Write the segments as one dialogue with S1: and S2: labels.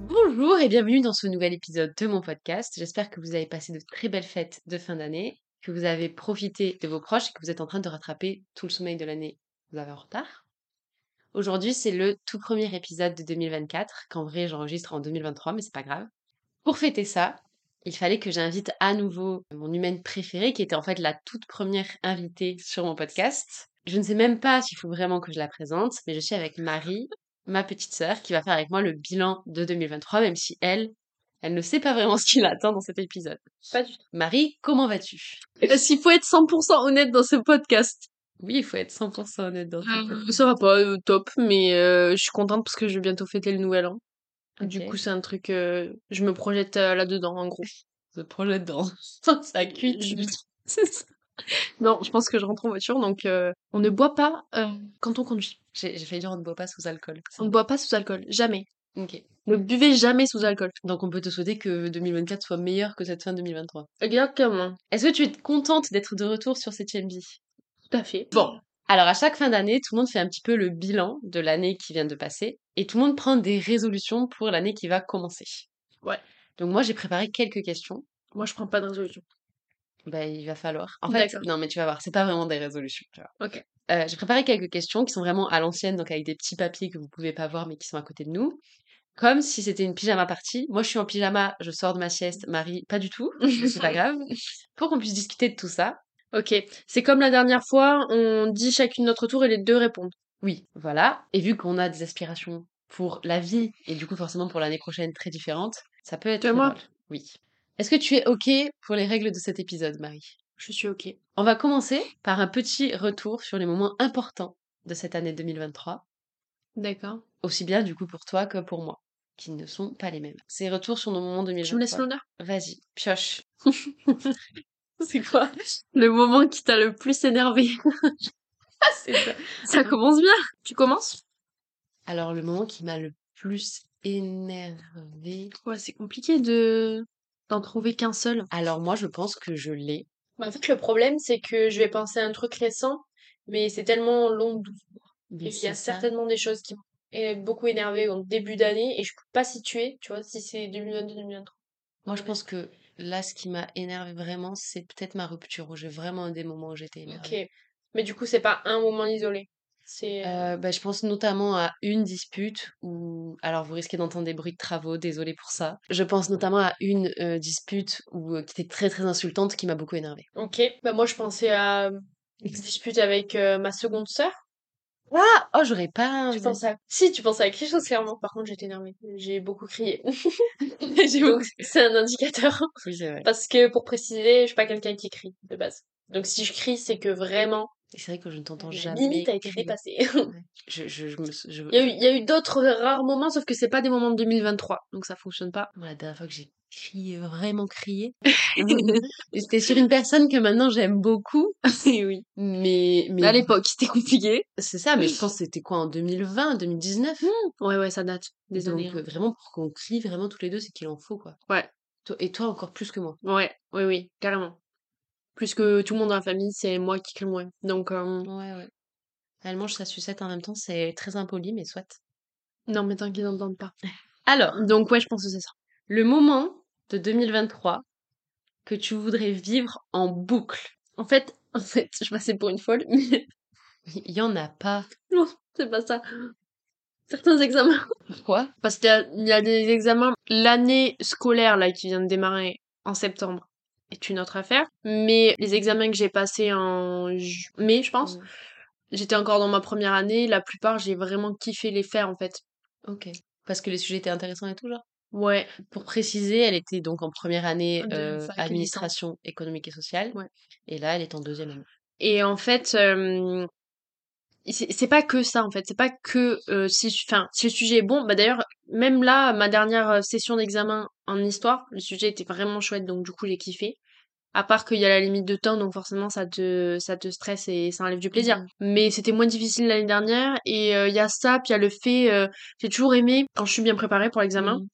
S1: Bonjour et bienvenue dans ce nouvel épisode de mon podcast. J'espère que vous avez passé de très belles fêtes de fin d'année, que vous avez profité de vos proches et que vous êtes en train de rattraper tout le sommeil de l'année. que Vous avez en retard. Aujourd'hui, c'est le tout premier épisode de 2024, qu'en vrai j'enregistre en 2023, mais c'est pas grave. Pour fêter ça, il fallait que j'invite à nouveau mon humaine préférée, qui était en fait la toute première invitée sur mon podcast. Je ne sais même pas s'il faut vraiment que je la présente, mais je suis avec Marie, ma petite sœur, qui va faire avec moi le bilan de 2023, même si elle, elle ne sait pas vraiment ce qui l'attend dans cet épisode.
S2: Pas du tout.
S1: Marie, comment vas-tu
S2: Parce qu'il Euh, faut être 100% honnête dans ce podcast.
S1: Oui, il faut être 100% honnête dans ce podcast.
S2: ça va pas, euh, top, mais euh, je suis contente parce que je vais bientôt fêter le nouvel an. Du
S1: Ok.
S2: coup, c'est un truc. euh, je me projette euh, là-dedans, en gros.
S1: ce projet de danse, ça cuit.
S2: Je- c'est ça. Non, je pense que je rentre en voiture, donc euh, on ne boit pas euh, quand on conduit.
S1: J'ai j'ai failli dire on ne boit pas sous alcool.
S2: On ne boit pas sous alcool, jamais.
S1: Ok.
S2: Ne buvez jamais sous alcool.
S1: Donc on peut te souhaiter que 2024 soit meilleur que cette fin 2023.
S2: Exactement.
S1: Est-ce que tu es contente d'être de retour sur cette CMB
S2: Tout à fait. Bon.
S1: Alors à chaque fin d'année, tout le monde fait un petit peu le bilan de l'année qui vient de passer et tout le monde prend des résolutions pour l'année qui va commencer.
S2: Ouais.
S1: Donc moi j'ai préparé quelques questions.
S2: Moi, je prends pas de résolution.
S1: Bah, il va falloir. En fait,
S2: D'accord.
S1: non mais tu vas voir, c'est pas vraiment des résolutions. tu vois.
S2: Ok.
S1: Euh, j'ai préparé quelques questions qui sont vraiment à l'ancienne, donc avec des petits papiers que vous pouvez pas voir mais qui sont à côté de nous. Comme si c'était une pyjama partie. Moi, je suis en pyjama, je sors de ma sieste. Marie, pas du tout. mais C'est pas grave. Pour qu'on puisse discuter de tout ça.
S2: Ok. C'est comme la dernière fois, on dit chacune notre tour et les deux répondent.
S1: Oui, voilà. Et vu qu'on a des aspirations pour la vie, et du coup forcément pour l'année prochaine très différentes, ça peut être
S2: Toi et moi.
S1: drôle. Oui. Est-ce que tu es OK pour les règles de cet épisode, Marie
S2: Je suis ok.
S1: On va commencer par un petit retour sur les moments importants de cette année 2023,
S2: D'accord.
S1: aussi bien du coup pour toi que pour moi, qui ne sont pas les mêmes. C'est retour sur nos moments
S2: Tu me laisses
S1: 2023.
S2: l'honneur
S1: Vas-y, pioche.
S2: C'est quoi Le moment qui t'a le plus énervé. Ah, Ça commence bien. Euh. Tu commences
S1: Alors le moment qui m'a le plus énervé.
S2: Ouais, c'est compliqué de d'en trouver qu'un seul.
S1: Alors moi je pense que je l'ai.
S2: Bah, en fait, le problème, c'est que je vais penser à un truc récent, mais c'est tellement long de
S1: mais
S2: Et il y a
S1: c'est ça.
S2: certainement des choses qui m'ont é- beaucoup énervé en début d'année et je peux pas situer, tu vois, si c'est 2022-2023.
S1: Moi, je pense que là, ce qui m'a énervé vraiment, c'est peut-être ma rupture, où j'ai vraiment eu des moments où j'étais
S2: Ok.
S1: énervée.
S2: Mais du coup, c'est pas un moment isolé. C'est.
S1: Euh, bah, je pense notamment à une dispute où, alors vous risquez d'entendre des bruits de travaux, désolé pour ça. Je pense notamment à une euh, dispute où, euh, qui était très très insultante, qui m'a beaucoup énervée.
S2: Ok. Bah, moi, je pensais à euh, une dispute avec euh, ma seconde sœur.
S1: Ah, oh, j'aurais pas.
S2: Tu
S1: envisagé-
S2: penses à... Si, tu penses à quelque chose, clairement. Par contre, j'étais énervée. J'ai beaucoup crié.
S1: J'ai
S2: Donc,
S1: beaucoup-
S2: c'est un indicateur.
S1: Oui, c'est vrai.
S2: Parce que, pour préciser, je suis pas quelqu'un qui crie, de base. Donc, si je crie, c'est que vraiment,
S1: Et C'est vrai que je ne t'entends
S2: la
S1: jamais.
S2: limite a été
S1: crier.
S2: dépassée.
S1: Ouais. Je, je, je me sou- je-
S2: Il y a eu, il y a eu d'autres rares moments, sauf que c'est pas des moments de 2023. Donc, ça fonctionne pas.
S1: Moi, La dernière fois que j'ai crié, vraiment crié, c'était sur une personne que maintenant j'aime beaucoup.
S2: Et oui.
S1: Mais, mais
S2: À l'époque, c'était compliqué.
S1: C'est ça, mais je pense que c'était quoi en 2020, 2019
S2: Ouais, ouais, ça date. Des
S1: Mmh, Donc
S2: années. hein.
S1: euh, vraiment, pour qu'on crie vraiment tous les deux, c'est qu'il en faut, quoi.
S2: Ouais.
S1: Toi- Et toi encore plus que moi.
S2: euh, Ouais, oui, oui, carrément. Plus que tout le monde dans la famille, c'est moi qui crie le moins. Donc, euh,
S1: Ouais, ouais. Elle mange sa sucette en même temps, c'est très impoli, mais soit.
S2: non, mais t'inquiète, on n'entend pas.
S1: Alors,
S2: Donc, ouais, je pense que c'est ça.
S1: le moment de 2023 que tu voudrais vivre en boucle.
S2: En fait, en fait, je passais pour une folle, mais
S1: Il y en a pas.
S2: c'est pas ça. Certains examens.
S1: Pourquoi
S2: Parce qu'il y a- il y, a des examens. L'année scolaire, là, qui vient de démarrer en septembre, est une autre affaire. Mais les examens que j'ai passés en ju- mai, je pense, j'étais encore dans ma première année. La plupart, j'ai vraiment kiffé les faire, en fait.
S1: Ok. Parce que les sujets étaient intéressants et tout, genre.
S2: Ouais,
S1: Pour préciser, elle était donc en première année
S2: De
S1: euh,
S2: faculté.
S1: administration économique et sociale.
S2: Ouais.
S1: Et là, elle est en deuxième année.
S2: Et en fait, euh, c'est c'est pas que ça, en fait. C'est pas que euh, si, enfin, si le sujet est bon. Bah d'ailleurs, même là, ma dernière session d'examen en histoire, le sujet était vraiment chouette, donc du coup, j'ai kiffé. À part qu'il y a la limite de temps, donc forcément, ça te, ça te stresse et ça enlève du plaisir.
S1: Mhm.
S2: Mais c'était moins difficile l'année dernière. Et euh, il y a ça, puis il y a le fait, euh, j'ai toujours aimé, quand je suis bien préparée pour l'examen,
S1: Mhm.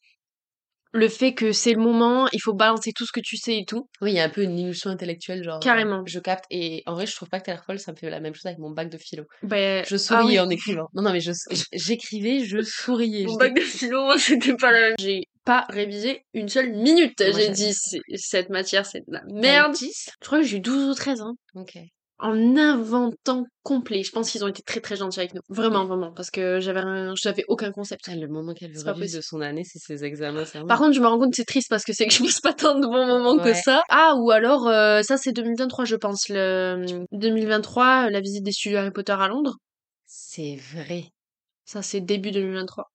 S2: le fait que c'est le moment, il faut balancer tout ce que tu sais et tout.
S1: Oui, il y a un peu une illusion intellectuelle, genre. euh,
S2: Carrément.
S1: Je capte. Et en vrai, je trouve pas que t'as l'air folle, ça me fait la même chose avec mon bac de philo.
S2: Ben,
S1: Je
S2: ah
S1: souriais
S2: oui.
S1: en écrivant. Non, non, mais je- j'écrivais, je, souriais.
S2: Mon
S1: J'étais-
S2: bac de philo, c'était pas la même. J'ai pas révisé une seule minute.
S1: Moi,
S2: J'ai
S1: j'avais-
S2: dit, c'est- cette matière, c'est de la
S1: T'as eu
S2: merde.
S1: 10
S2: Je crois que j'ai eu 12 ou 13
S1: hein.
S2: ans.
S1: Ok.
S2: En inventant complet. Je pense qu'ils ont été très très gentils avec nous. Vraiment, vraiment. Parce que j'avais un... je n'avais aucun concept.
S1: Putain, Ah, le moment qu'elle veut
S2: C'est pas
S1: revivre de
S2: possible.
S1: son année, c'est ses examens. c'est vraiment-
S2: Par contre, je me rends compte que c'est triste parce que c'est que je passe pas tant de bons moments
S1: Ouais.
S2: que ça. Ah, ou alors, euh, ça c'est 2023, je pense. Le... hum, 2023, la visite des studios Harry Potter à Londres.
S1: C'est vrai.
S2: Ça c'est début 2023.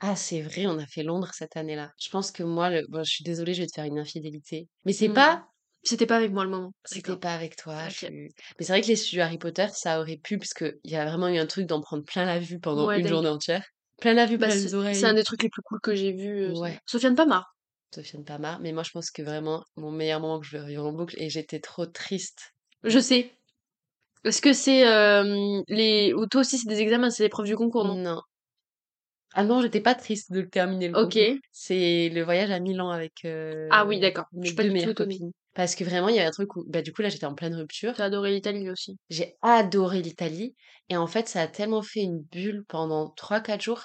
S1: Ah, c'est vrai, on a fait Londres cette année-là. Je pense que moi, le... bon, je suis désolée, je vais te faire une infidélité. Mais c'est
S2: Hmm.
S1: pas.
S2: C'était pas avec moi le moment.
S1: C'était pas avec toi. je suis-
S2: Ok.
S1: Mais c'est vrai que les studios Harry Potter, ça aurait pu, parce qu'il y a vraiment eu un truc d'en prendre plein la vue pendant
S2: Ouais,
S1: une
S2: dingue.
S1: journée entière. Plein la vue,
S2: Bah,
S1: plein
S2: c'est
S1: les oreilles.
S2: c'est un des trucs les plus cool que j'ai vu. euh,
S1: Ouais.
S2: Sofiane Pamar.
S1: Sofiane Pamar. Mais moi, je pense que vraiment, mon meilleur moment que je vais revivre en boucle, et j'étais trop triste.
S2: Je sais. Est-ce que c'est euh, les. Ou toi aussi c'est des examens, c'est l'épreuve du concours, non
S1: Non. Ah non, j'étais pas triste de le terminer le
S2: Ok.
S1: concours. euh, C'est le voyage à Milan avec euh,
S2: Ah oui, d'accord. Je
S1: mes
S2: suis pas
S1: deux
S2: du tout
S1: meilleures
S2: étonnée.
S1: copines. Parce que vraiment, il y avait un truc où, bah, du coup, là, j'étais en pleine rupture.
S2: T'as adoré l'Italie aussi.
S1: J'ai adoré l'Italie. Et en fait, ça a tellement fait une bulle pendant 3-4 jours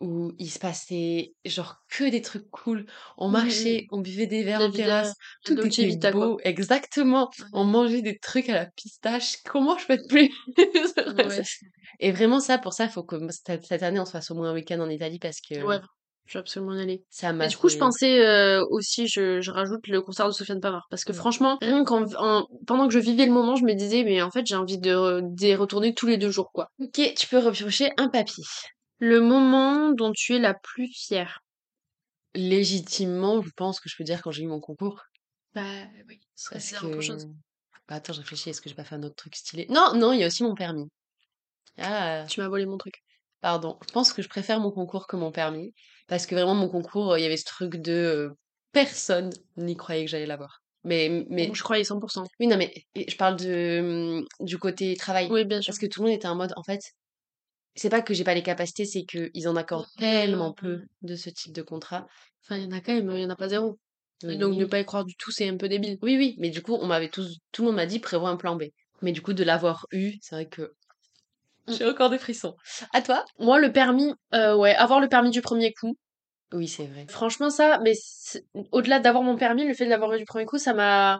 S1: où il se passait genre que des trucs cool. On
S2: Mhm.
S1: marchait, on buvait des verres
S2: La
S1: en
S2: vida-
S1: terrasse.
S2: la
S1: Tout
S2: Dolce
S1: était
S2: Vita, quoi.
S1: beau, exactement. On mangeait des trucs à la pistache. Comment je peux être plus heureuse
S2: Ouais,
S1: Et vraiment ça, pour ça, faut que m- cette cette année on se fasse au moins un week-end en Italie parce que Bah,
S2: ouais. Je suis absolument y aller.
S1: ça m'a.
S2: Mais du coup, je
S1: fait-
S2: pensais euh, aussi, je, je rajoute le concert de Sofiane Pamar. Parce que
S1: Mm.
S2: franchement, rien qu'en en- pendant que je vivais le moment, je me disais, mais en fait, j'ai envie de re- d'y retourner tous les deux jours, quoi.
S1: Ok, tu peux repiocher un papier.
S2: Le moment dont tu es la plus fière.
S1: Légitimement, je pense que je peux dire quand j'ai eu mon concours.
S2: Bah oui, ce
S1: Parce
S2: la
S1: que.
S2: même chose.
S1: Bah, attends, je réfléchis, est-ce que j'ai pas fait un autre truc stylé Non, non, il y a aussi mon permis. Ah,
S2: Tu m'as volé mon truc.
S1: pardon. Je pense que je préfère mon concours que mon permis. Parce que vraiment, mon concours, euh, il y avait ce truc de. euh, personne n'y croyait que j'allais l'avoir. Mais, mais.
S2: Donc, je croyais 100%.
S1: Oui, non, mais et je parle de, hum, du côté travail.
S2: Oui, bien sûr.
S1: Parce que tout le monde était en mode, en fait, c'est pas que j'ai pas les capacités, c'est qu'ils en accordent
S2: Mhm.
S1: tellement peu de ce type de contrat.
S2: Enfin, il y en a quand même, il y en a pas zéro.
S1: Oui,
S2: Donc, ne
S1: oui.
S2: pas y croire du tout, c'est un peu débile.
S1: oui, oui, mais du coup, on m'avait tous, tout le monde m'a dit prévois un plan B. Mais du coup, de l'avoir eu, c'est vrai que
S2: Mmh.
S1: j'ai encore des frissons. À toi
S2: Moi, le permis, euh, ouais, avoir le permis du premier coup.
S1: Oui, c'est vrai.
S2: Franchement, ça, mais c'est- au-delà d'avoir mon permis, le fait de l'avoir eu du premier coup, ça m'a.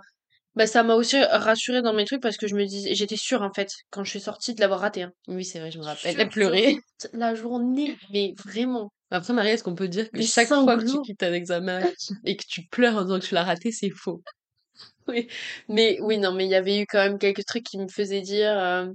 S2: Bah, ça m'a aussi rassurée dans mes trucs parce que je me disais, j'étais sûre en fait, quand je suis sortie de l'avoir raté. hein.
S1: Oui, c'est vrai, je me
S2: Sûre,
S1: rappelle. Elle
S2: sûre,
S1: pleurait.
S2: sûre, La journée, mais vraiment.
S1: Après, Marie, est-ce qu'on peut dire que
S2: Des
S1: chaque fois que tu
S2: sanglots.
S1: quittes un examen et que tu pleures en disant que tu l'as raté, c'est faux
S2: Mais oui, non, mais il y avait eu quand même quelques trucs qui me faisaient dire. euh,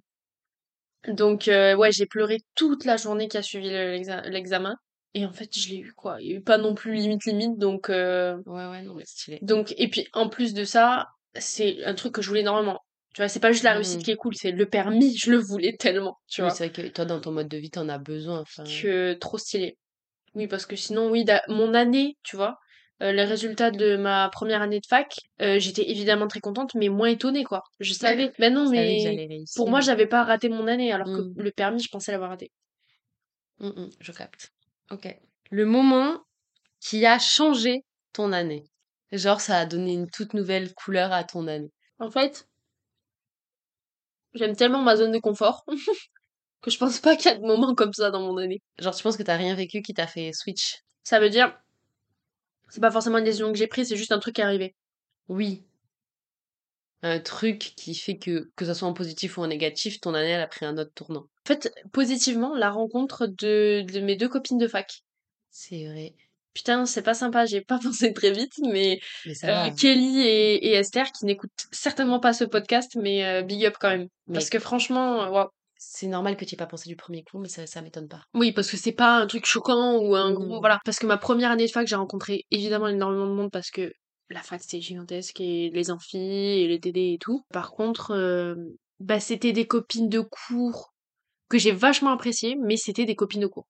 S2: Donc, euh, ouais, j'ai pleuré toute la journée qui a suivi le- l'exa- l'examen. Et en fait, je l'ai eu quoi. Il n'y a eu pas non plus limite limite, donc. euh,
S1: Ouais, ouais, non, mais stylé.
S2: Donc, et puis en plus de ça, c'est un truc que je voulais énormément. Tu vois, c'est pas juste la réussite
S1: Mm.
S2: qui est cool, c'est le permis, je le voulais tellement, tu
S1: Oui,
S2: vois,
S1: c'est vrai que toi, dans ton mode de vie, t'en as besoin. Enfin...
S2: que trop stylé. Oui, parce que sinon, oui, da- mon année, tu vois, euh, les résultats de ma première année de fac, euh, j'étais évidemment très contente, mais moins étonnée, quoi. Je savais, ben non,
S1: Je savais que
S2: mais
S1: Ah j'allais réussir.
S2: pour moi, j'avais pas raté mon année, alors que
S1: Mm.
S2: le permis, je pensais l'avoir raté.
S1: Mm, mm, je capte. Ok. Le moment qui a changé ton année. Genre, ça a donné une toute nouvelle couleur à ton année.
S2: En fait, j'aime tellement ma zone de confort que je pense pas qu'il y a de moments comme ça dans mon année.
S1: Genre, tu penses que t'as rien vécu qui t'a fait switch
S2: Ça veut dire, c'est pas forcément une décision que j'ai prise, c'est juste un truc qui est arrivé.
S1: Oui. Un truc qui fait que, que ce soit en positif ou en négatif, ton année, elle a pris un autre tournant.
S2: En fait, positivement, la rencontre de, de mes deux copines de fac.
S1: C'est vrai.
S2: Putain, c'est pas sympa, j'ai pas pensé très vite, mais
S1: Mais ça
S2: euh,
S1: va.
S2: Kelly et, et Esther qui n'écoutent certainement pas ce podcast, mais euh, big up quand même.
S1: Mais-
S2: Parce que franchement, euh, waouh.
S1: C'est normal que tu aies pas pensé du premier coup, mais ça, ça m'étonne pas.
S2: Oui, parce que c'est pas un truc choquant ou un
S1: Mm.
S2: gros. Voilà. Parce que ma première année de fac, j'ai rencontré évidemment énormément de monde parce que la fac c'était gigantesque et les amphis et les TD et tout. Par contre, euh, bah, c'était des copines de cours que j'ai vachement
S1: Mmh.
S2: appréciées, mais c'était des copines de cours.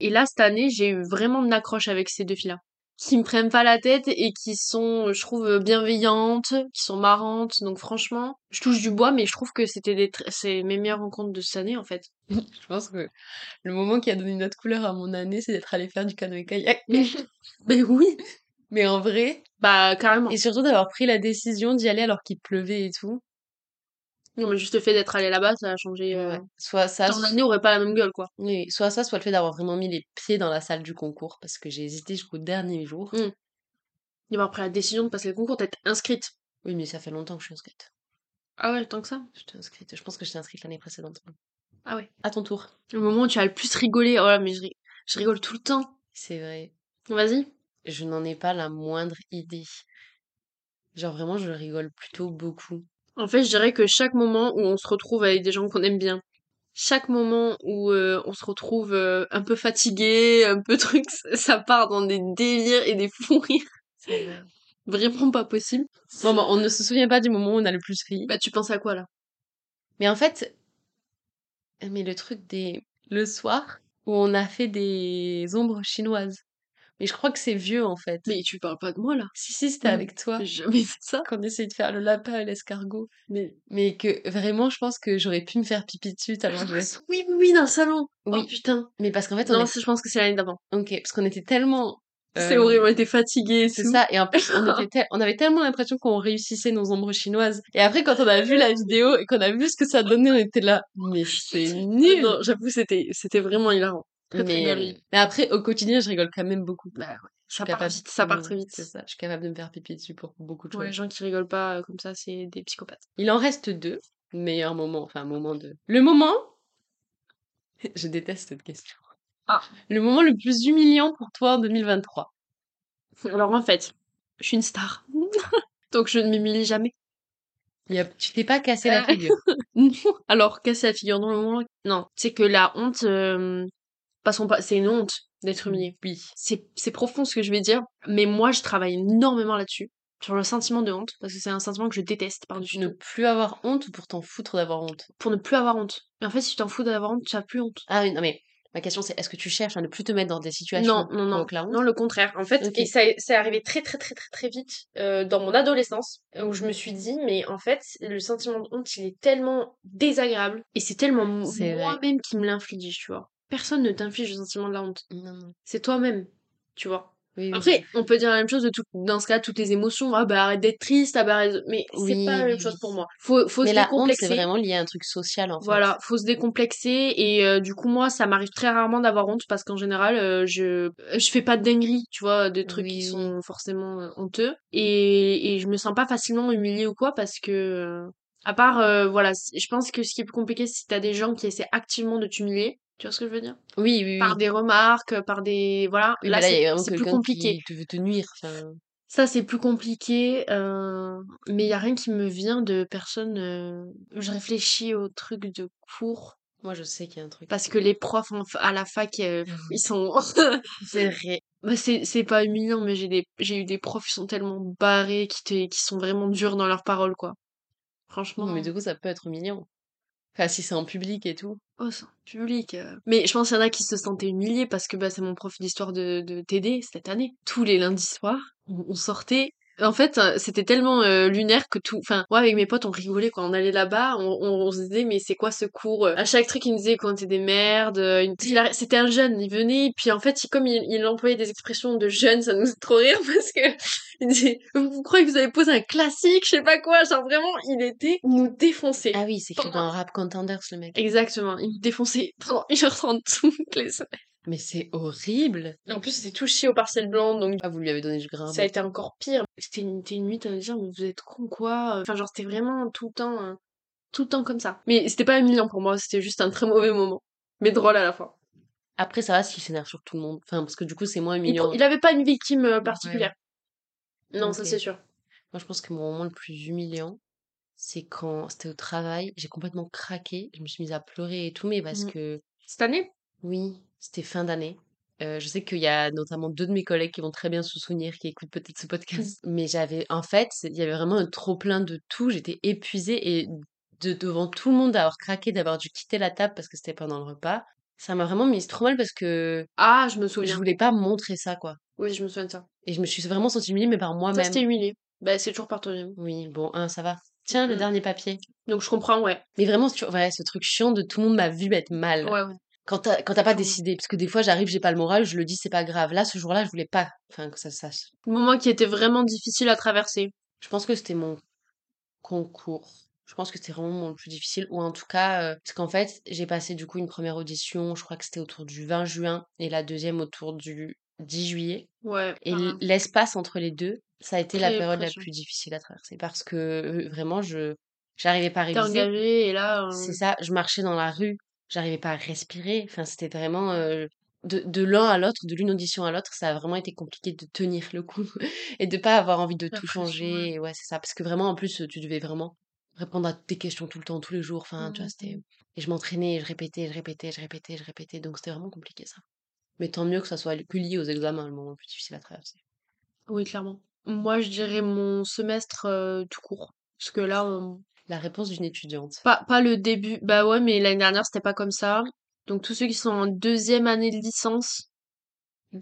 S2: Et là, cette année, j'ai eu vraiment de l'accroche avec ces deux filles-là. qui me prennent pas la tête et qui sont, je trouve, bienveillantes, qui sont marrantes. Donc franchement, je touche du bois, mais je trouve que c'était des, tr- c'est mes meilleures rencontres de cette année en fait.
S1: Je pense que le moment qui a donné une autre couleur à mon année, c'est d'être allée faire du canoë-kayak.
S2: Ben oui.
S1: Mais en vrai,
S2: Bah carrément.
S1: et surtout d'avoir pris la décision d'y aller alors qu'il pleuvait et tout.
S2: Non mais juste le fait d'être allé là-bas, ça a changé. Euh...
S1: Ouais. Soit ça,
S2: Ton année aurait pas la même gueule quoi.
S1: Oui, soit ça, soit le fait d'avoir vraiment mis les pieds dans la salle du concours, parce que j'ai hésité jusqu'au dernier jour.
S2: Mm. D'avoir pris la décision de passer le concours, d'être inscrite.
S1: Oui, mais ça fait longtemps que je suis inscrite.
S2: Ah ouais, tant que ça.
S1: J'étais inscrite. Je pense que j'étais inscrite l'année précédente.
S2: Ah ouais.
S1: À ton tour.
S2: Le moment où tu as le plus rigolé, oh là mais je, ri- je rigole tout le temps.
S1: C'est vrai.
S2: Vas-y.
S1: Je n'en ai pas la moindre idée. Genre vraiment, je rigole plutôt beaucoup.
S2: En fait, je dirais que chaque moment où on se retrouve avec des gens qu'on aime bien, chaque moment où euh, on se retrouve euh, un peu fatigué, un peu truc, ça part dans des délires et des fous rires
S1: C'est vrai.
S2: vraiment pas possible.
S1: Bon, bah, on ne se souvient pas du moment où on a le plus ri.
S2: Bah, tu penses à quoi là
S1: Mais en fait, mais le truc des. Le soir, où on a fait des ombres chinoises. Mais je crois que c'est vieux en fait.
S2: Mais tu parles pas de moi là.
S1: Si, si, c'était
S2: Mm.
S1: avec toi.
S2: J'ai jamais fait ça.
S1: Qu'on essayait de faire le lapin à l'escargot.
S2: Mais
S1: Mais que vraiment, je pense que j'aurais pu me faire pipi dessus tellement je-
S2: oui, oui, oui, dans le salon.
S1: Oui.
S2: Oh putain.
S1: Mais parce qu'en fait, on,
S2: Non,
S1: est-
S2: c'est- je pense que c'est l'année d'avant.
S1: ok, parce qu'on était tellement.
S2: C'est
S1: euh,
S2: horrible, on était fatigués. et
S1: C'est
S2: tout.
S1: ça, et en plus, on, était tel- on avait tellement l'impression qu'on réussissait nos ombres chinoises. Et après, quand on a vu la vidéo et qu'on a vu ce que ça donnait, on était là. Mais c'est nul!
S2: Non, j'avoue, c'était, c'était vraiment hilarant. Très, très
S1: mais...
S2: drôle.
S1: mais après, au quotidien, je rigole quand même beaucoup.
S2: Bah, ouais.
S1: Je suis
S2: Ça part
S1: capable-
S2: vite, ça part
S1: Ouais,
S2: très vite.
S1: C'est ça, je suis capable de me faire pipi dessus pour beaucoup de
S2: Pour
S1: choses.
S2: les gens qui rigolent pas euh, comme ça, c'est des psychopathes.
S1: Il en reste deux. Meilleur moment, enfin, moment de. Le moment. je déteste cette question.
S2: Ah.
S1: Le moment le plus humiliant pour toi en 2023.
S2: Alors en fait, je suis une star. Donc je ne m'humilie jamais.
S1: Il y a- Tu t'es pas cassé la
S2: Euh.
S1: figure.
S2: Non. Alors casser la figure dans le moment. Non, c'est que la honte, euh, passons pas, c'est une honte
S1: Mmh.
S2: d'être humilié.
S1: Oui.
S2: C'est, c'est profond ce que je vais dire, mais moi je travaille énormément là-dessus, sur le sentiment de honte, parce que c'est un sentiment que je déteste par-dessus
S1: Ne
S2: tout,
S1: plus avoir honte ou pour t'en foutre d'avoir honte.
S2: pour ne plus avoir honte. Mais en fait, si tu t'en fous d'avoir honte, tu n'as plus honte.
S1: Ah oui, non mais ma question c'est est-ce que tu cherches à ne plus te mettre dans des situations
S2: Non, non, non.
S1: provoquent la honte
S2: Non, le contraire. En fait,
S1: Ok.
S2: et ça c'est arrivé très très très très très vite euh, dans mon adolescence où je me suis dit mais en fait le sentiment de honte il est tellement désagréable et c'est tellement mo-
S1: C'est vrai.
S2: moi-même qui me l'inflige, tu vois. Personne ne t'inflige le sentiment de la honte,
S1: Non, non.
S2: c'est toi-même, tu vois.
S1: Oui, oui,
S2: Après,
S1: oui.
S2: on peut dire la même chose de tout, dans ce cas toutes les émotions. Ah bah arrête d'être triste, ah bah arrête- mais
S1: Oui,
S2: c'est pas la même
S1: oui,
S2: chose
S1: oui.
S2: pour moi. Faut faut
S1: Mais
S2: se
S1: la honte c'est
S2: décomplexer.
S1: vraiment lié à un truc social en fait.
S2: Voilà, faut se décomplexer et euh, du coup moi ça m'arrive très rarement d'avoir honte parce qu'en général euh, je je fais pas de dinguerie, tu vois, de trucs
S1: Oui,
S2: qui
S1: oui.
S2: sont forcément euh, honteux et et je me sens pas facilement humiliée ou quoi parce que euh, à part euh, voilà, c- je pense que ce qui est plus compliqué c'est si t'as des gens qui essaient activement de t'humilier, tu vois ce que je veux dire
S1: Oui, oui, oui.
S2: Par des remarques, par des voilà,
S1: Oui,
S2: là,
S1: mais là, il y
S2: c'est
S1: a vraiment
S2: c'est plus
S1: quelqu'un
S2: compliqué.
S1: qui te veut te nuire. enfin.
S2: Ça, c'est plus compliqué, euh, mais il y a rien qui me vient de personne. euh, Je réfléchis au truc de cours,
S1: Moi, je sais qu'il y a un truc.
S2: parce que les profs en fa- à la fac, euh, pff, ils sont.
S1: C'est vrai.
S2: Bah, c'est c'est pas humiliant, mais j'ai des j'ai eu des profs qui sont tellement barrés, qui te- qui sont vraiment durs dans leurs paroles, quoi. Franchement.
S1: mais du coup, ça peut être humiliant. Enfin, si c'est en public et tout.
S2: Oh, c'est un public. euh. Mais je pense qu'il y en a qui se sentaient humiliés parce que bah, c'est mon prof d'histoire de, de TD cette année. Tous les lundis soirs, on, on sortait. En fait, euh, c'était tellement euh, lunaire que tout. Enfin, moi, avec mes potes, on rigolait quand on allait là-bas. On, on- on se disait, mais c'est quoi ce cours euh? À chaque truc, il nous disait qu'on était des merdes. euh, il- il a- C'était un jeune, il venait. Puis en fait, il- comme il, il employait des expressions de jeune, ça nous faisait trop rire parce que il disait, vous croyez que vous avez posé un classique, je sais pas quoi. Genre vraiment, il était il nous défonçait.
S1: Ah oui, c'est écrit dans Rap Contenders, le mec.
S2: Exactement, il me défonçait pendant 1h30 toutes les semaines.
S1: Mais c'est horrible.
S2: En plus, c'était touché au partiel blanc, donc
S1: Ah, vous lui avez donné du grain. à
S2: ça a
S1: moudre.
S2: été encore pire. C'était une, c'était une nuit à me dire, mais vous êtes con quoi Enfin, genre, c'était vraiment tout le temps, hein, tout le temps comme ça. Mais c'était pas humiliant pour moi, c'était juste un très mauvais moment. Mais drôle à la fois.
S1: Après, ça va s'il s'énerve sur tout le monde. Enfin, parce que du coup, c'est moins
S2: Il,
S1: humiliant.
S2: pr- il avait pas une victime euh, particulière. Non, ça
S1: Ok.
S2: c'est sûr.
S1: Moi, je pense que mon moment le plus humiliant, c'est quand c'était au travail, j'ai complètement craqué. Je me suis mise à pleurer et tout, mais parce
S2: Mhm.
S1: que,
S2: Cette année
S1: oui, c'était fin d'année. Euh, je sais qu'il y a notamment deux de mes collègues qui vont très bien se souvenir, qui écoutent peut-être ce podcast. Mais j'avais, en fait, c'est- il y avait vraiment un trop-plein de tout. J'étais épuisée et de, devant tout le monde d'avoir craqué, d'avoir dû quitter la table parce que c'était pendant le repas. Ça m'a vraiment mise trop mal parce que
S2: Ah, je me
S1: je
S2: souviens.
S1: voulais pas montrer ça, quoi.
S2: Oui, je me souviens de ça.
S1: Et je me suis vraiment sentie humiliée, mais par
S2: Ça,
S1: moi-même.
S2: c'était humilié. Bah, c'est toujours par toi-même.
S1: Oui, bon, un, ça va. Tiens, le
S2: Mm.
S1: dernier papier.
S2: Donc, je comprends, ouais.
S1: Mais vraiment, tu... ouais, ce truc chiant de tout le monde m'a vu être mal.
S2: Ouais, ouais.
S1: Quand t'as quand t'as pas
S2: Tout le monde.
S1: décidé, parce que des fois, j'arrive, j'ai pas le moral, je le dis, c'est pas grave. Là, ce jour-là, je voulais pas enfin, que ça se sache.
S2: Le moment qui était vraiment difficile à traverser.
S1: Je pense que c'était mon concours. Je pense que c'était vraiment mon le plus difficile. Ou en tout cas, euh, parce qu'en fait, j'ai passé du coup une première audition, je crois que c'était autour du 20 juin, et la deuxième autour du 10 juillet.
S2: Ouais.
S1: Et
S2: pareil.
S1: l- l'espace entre les deux, ça a été la
S2: Ah. Très
S1: période la
S2: pression.
S1: plus difficile à traverser. Parce que euh, vraiment, je j'arrivais pas à
S2: T'es
S1: réviser.
S2: engagé et là. euh,
S1: C'est ça, je marchais dans la rue, j'arrivais pas à respirer. Enfin, c'était vraiment euh, de, de l'un à l'autre, de l'une audition à l'autre, ça a vraiment été compliqué de tenir le coup et de pas avoir envie de
S2: La
S1: tout
S2: pression,
S1: changer. Et ouais, c'est ça, parce que vraiment, en plus, tu devais vraiment répondre à tes questions tout le temps, tous les jours. Enfin, tu vois, c'était.
S2: Mhm.
S1: Et je m'entraînais, je répétais, je répétais, je répétais, je répétais. Donc c'était vraiment compliqué ça. Mais tant mieux que ça soit li- que lié aux examens, le moment le plus difficile à traverser.
S2: Oui, clairement. Moi, je dirais mon semestre euh, tout court. Parce que là, on...
S1: La réponse d'une étudiante.
S2: pas, pas le début. Bah ouais, mais l'année dernière, c'était pas comme ça. Donc, tous ceux qui sont en deuxième année de licence,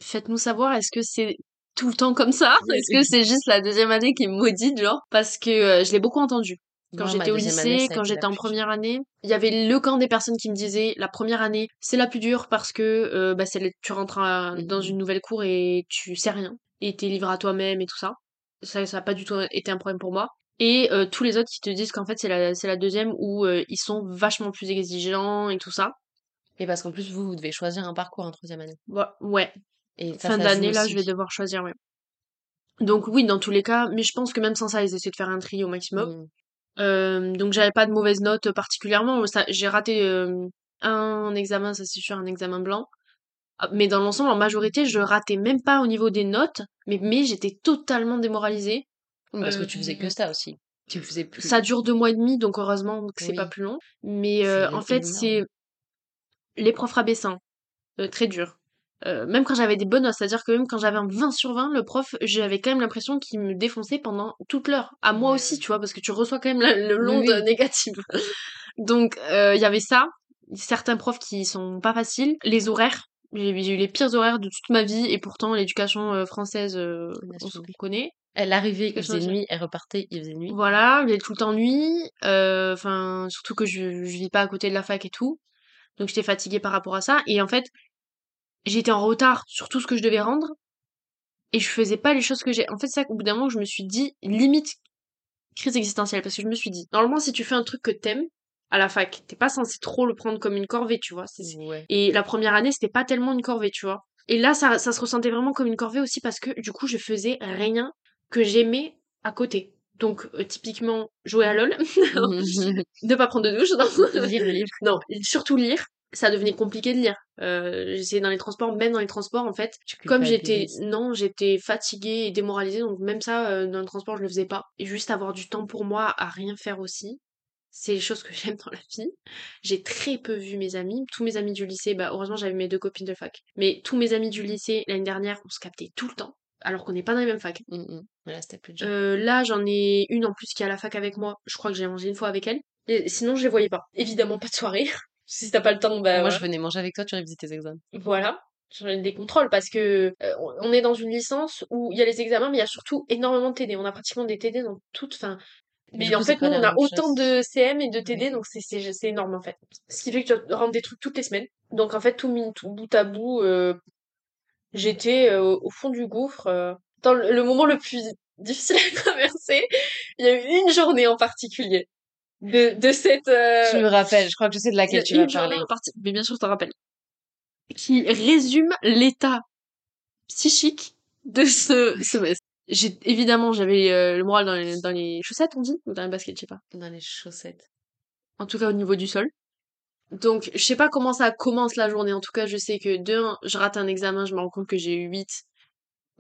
S2: faites-nous savoir, est-ce que c'est tout le temps comme ça Est-ce que c'est juste la deuxième année qui est maudite, genre Parce que euh, je l'ai beaucoup entendu. Quand
S1: Moi, ma
S2: j'étais au
S1: deuxième année,
S2: lycée,
S1: ça a
S2: quand
S1: été la
S2: j'étais en
S1: plus dure.
S2: première année, il y avait le camp des personnes qui me disaient la première année, c'est la plus dure parce que euh, bah, c'est le- tu rentres à- dans
S1: Mhm.
S2: une nouvelle cour et tu sais rien. Et t'es livré à toi-même et tout ça. Ça, ça n'a pas du tout euh, été un problème pour moi. Et euh, tous les autres qui te disent qu'en fait, c'est la, c'est la deuxième où euh, ils sont vachement plus exigeants et tout ça.
S1: Et parce qu'en plus, vous, vous devez choisir un parcours en troisième année.
S2: Voi- Bah, ouais.
S1: Et ça, ça
S2: Fin
S1: joue
S2: d'année, là,
S1: aussi.
S2: je vais devoir choisir, ouais. Donc oui, dans tous les cas, mais je pense que même sans ça, ils essaient de faire un tri au maximum.
S1: Mhm.
S2: Euh, donc j'avais pas de mauvaises notes particulièrement. Ça- J'ai raté euh, un examen, ça c'est sûr, un examen blanc. Ah, Mais dans l'ensemble, en majorité, je ratais même pas au niveau des notes, mais, mais j'étais totalement démoralisée.
S1: Oui, Mmh. Parce que
S2: Euh,
S1: tu faisais que ça aussi. Tu faisais plus.
S2: ça dure deux mois et demi, donc heureusement que c'est pas
S1: Oui,
S2: plus long. Mais euh, en
S1: c'est
S2: fait,
S1: énorme.
S2: c'est les profs abaissants, euh, très dur. Euh, même quand j'avais des bonnes notes, c'est-à-dire que même quand j'avais un 20 sur 20, le prof, j'avais quand même l'impression qu'il me défonçait pendant toute l'heure. À moi aussi,
S1: Ouais.
S2: tu vois, parce que tu reçois quand même la- le
S1: Oui,
S2: l'onde
S1: oui.
S2: négative. Donc, euh, il y avait ça. Certains profs qui sont pas faciles. Les horaires. J'ai j'ai eu les pires horaires de toute ma vie et pourtant l'éducation euh, française, euh,
S1: On a
S2: on se
S1: sauvé.
S2: connaît.
S1: Elle arrivait, il
S2: L'éducation
S1: faisait
S2: nationale.
S1: nuit, elle repartait, il faisait nuit.
S2: Voilà, j'ai tout le temps nuit. euh, Enfin, surtout que je, je vis pas à côté de la fac et tout. Donc j'étais fatiguée par rapport à ça. Et en fait, j'étais en retard sur tout ce que je devais rendre et je faisais pas les choses que j'ai. En fait, c'est ça qu'au bout d'un moment, je me suis dit limite crise existentielle parce que je me suis dit normalement, si tu fais un truc que t'aimes à la fac, t'es pas censé trop le prendre comme une corvée, tu vois. C'est- c'est-
S1: Ouais.
S2: Et la première année, c'était pas tellement une corvée, tu vois. Et là, ça, ça se ressentait vraiment comme une corvée aussi parce que du coup, je faisais rien que j'aimais à côté. Donc, euh, typiquement, jouer à LOL, ne pas prendre de douche, non.
S1: Lire le livre.
S2: Non, surtout lire, ça devenait compliqué de lire. Euh, j'essayais dans les transports, même dans les transports en fait,
S1: Tu
S2: comme j'étais
S1: culpabilises.
S2: non, j'étais fatiguée et démoralisée, donc même ça euh, dans le transport je le faisais pas. Et juste avoir du temps pour moi à rien faire aussi, c'est les choses que j'aime dans la vie. J'ai très peu vu mes amis, tous mes amis du lycée, bah heureusement j'avais mes deux copines de fac, mais tous mes amis du lycée l'année dernière on se captait tout le temps, alors qu'on n'est pas dans les mêmes facs.
S1: Mhm. Voilà, c'était plus dur.
S2: Euh, là, j'en ai une en plus qui est à la fac avec moi. Je crois que j'ai mangé une fois avec elle. Et sinon, je les voyais pas. Évidemment, pas de soirée. si t'as pas le temps, bah
S1: Moi,
S2: voilà.
S1: je venais manger avec toi, tu révisais tes examens.
S2: Voilà. J'en ai des contrôles parce que euh, on- on est dans une licence où il y a les examens, mais il y a surtout énormément de TD. On a pratiquement des TD dans toute fin.
S1: Du
S2: Mais
S1: coup,
S2: en
S1: c'est
S2: fait,
S1: pas
S2: nous,
S1: la
S2: on a
S1: même chose.
S2: autant de CM et de TD,
S1: Oui.
S2: donc c'est c'est- c'est énorme en fait. Ce qui fait que tu dois rendre des trucs toutes les semaines. Donc en fait, tout, mis- tout bout à bout, euh, j'étais euh, au fond du gouffre. euh, dans le, le moment le plus difficile à traverser, il y a eu une journée en particulier de, de cette.
S1: Je
S2: euh,
S1: me rappelle, je crois que je sais de
S2: Il y
S1: laquelle
S2: a
S1: tu vas
S2: une journée
S1: parler.
S2: en particulier, mais bien sûr, je t'en rappelle, qui résume l'état psychique de ce semestre. J'ai, évidemment, j'avais euh, le moral dans les, dans les chaussettes, on dit, ou dans les baskets, je sais pas.
S1: Dans les chaussettes.
S2: En tout cas, au niveau du sol. Donc, je sais pas comment ça commence la journée. En tout cas, je sais que de un, je rate un examen, je me rends compte que j'ai eu 8.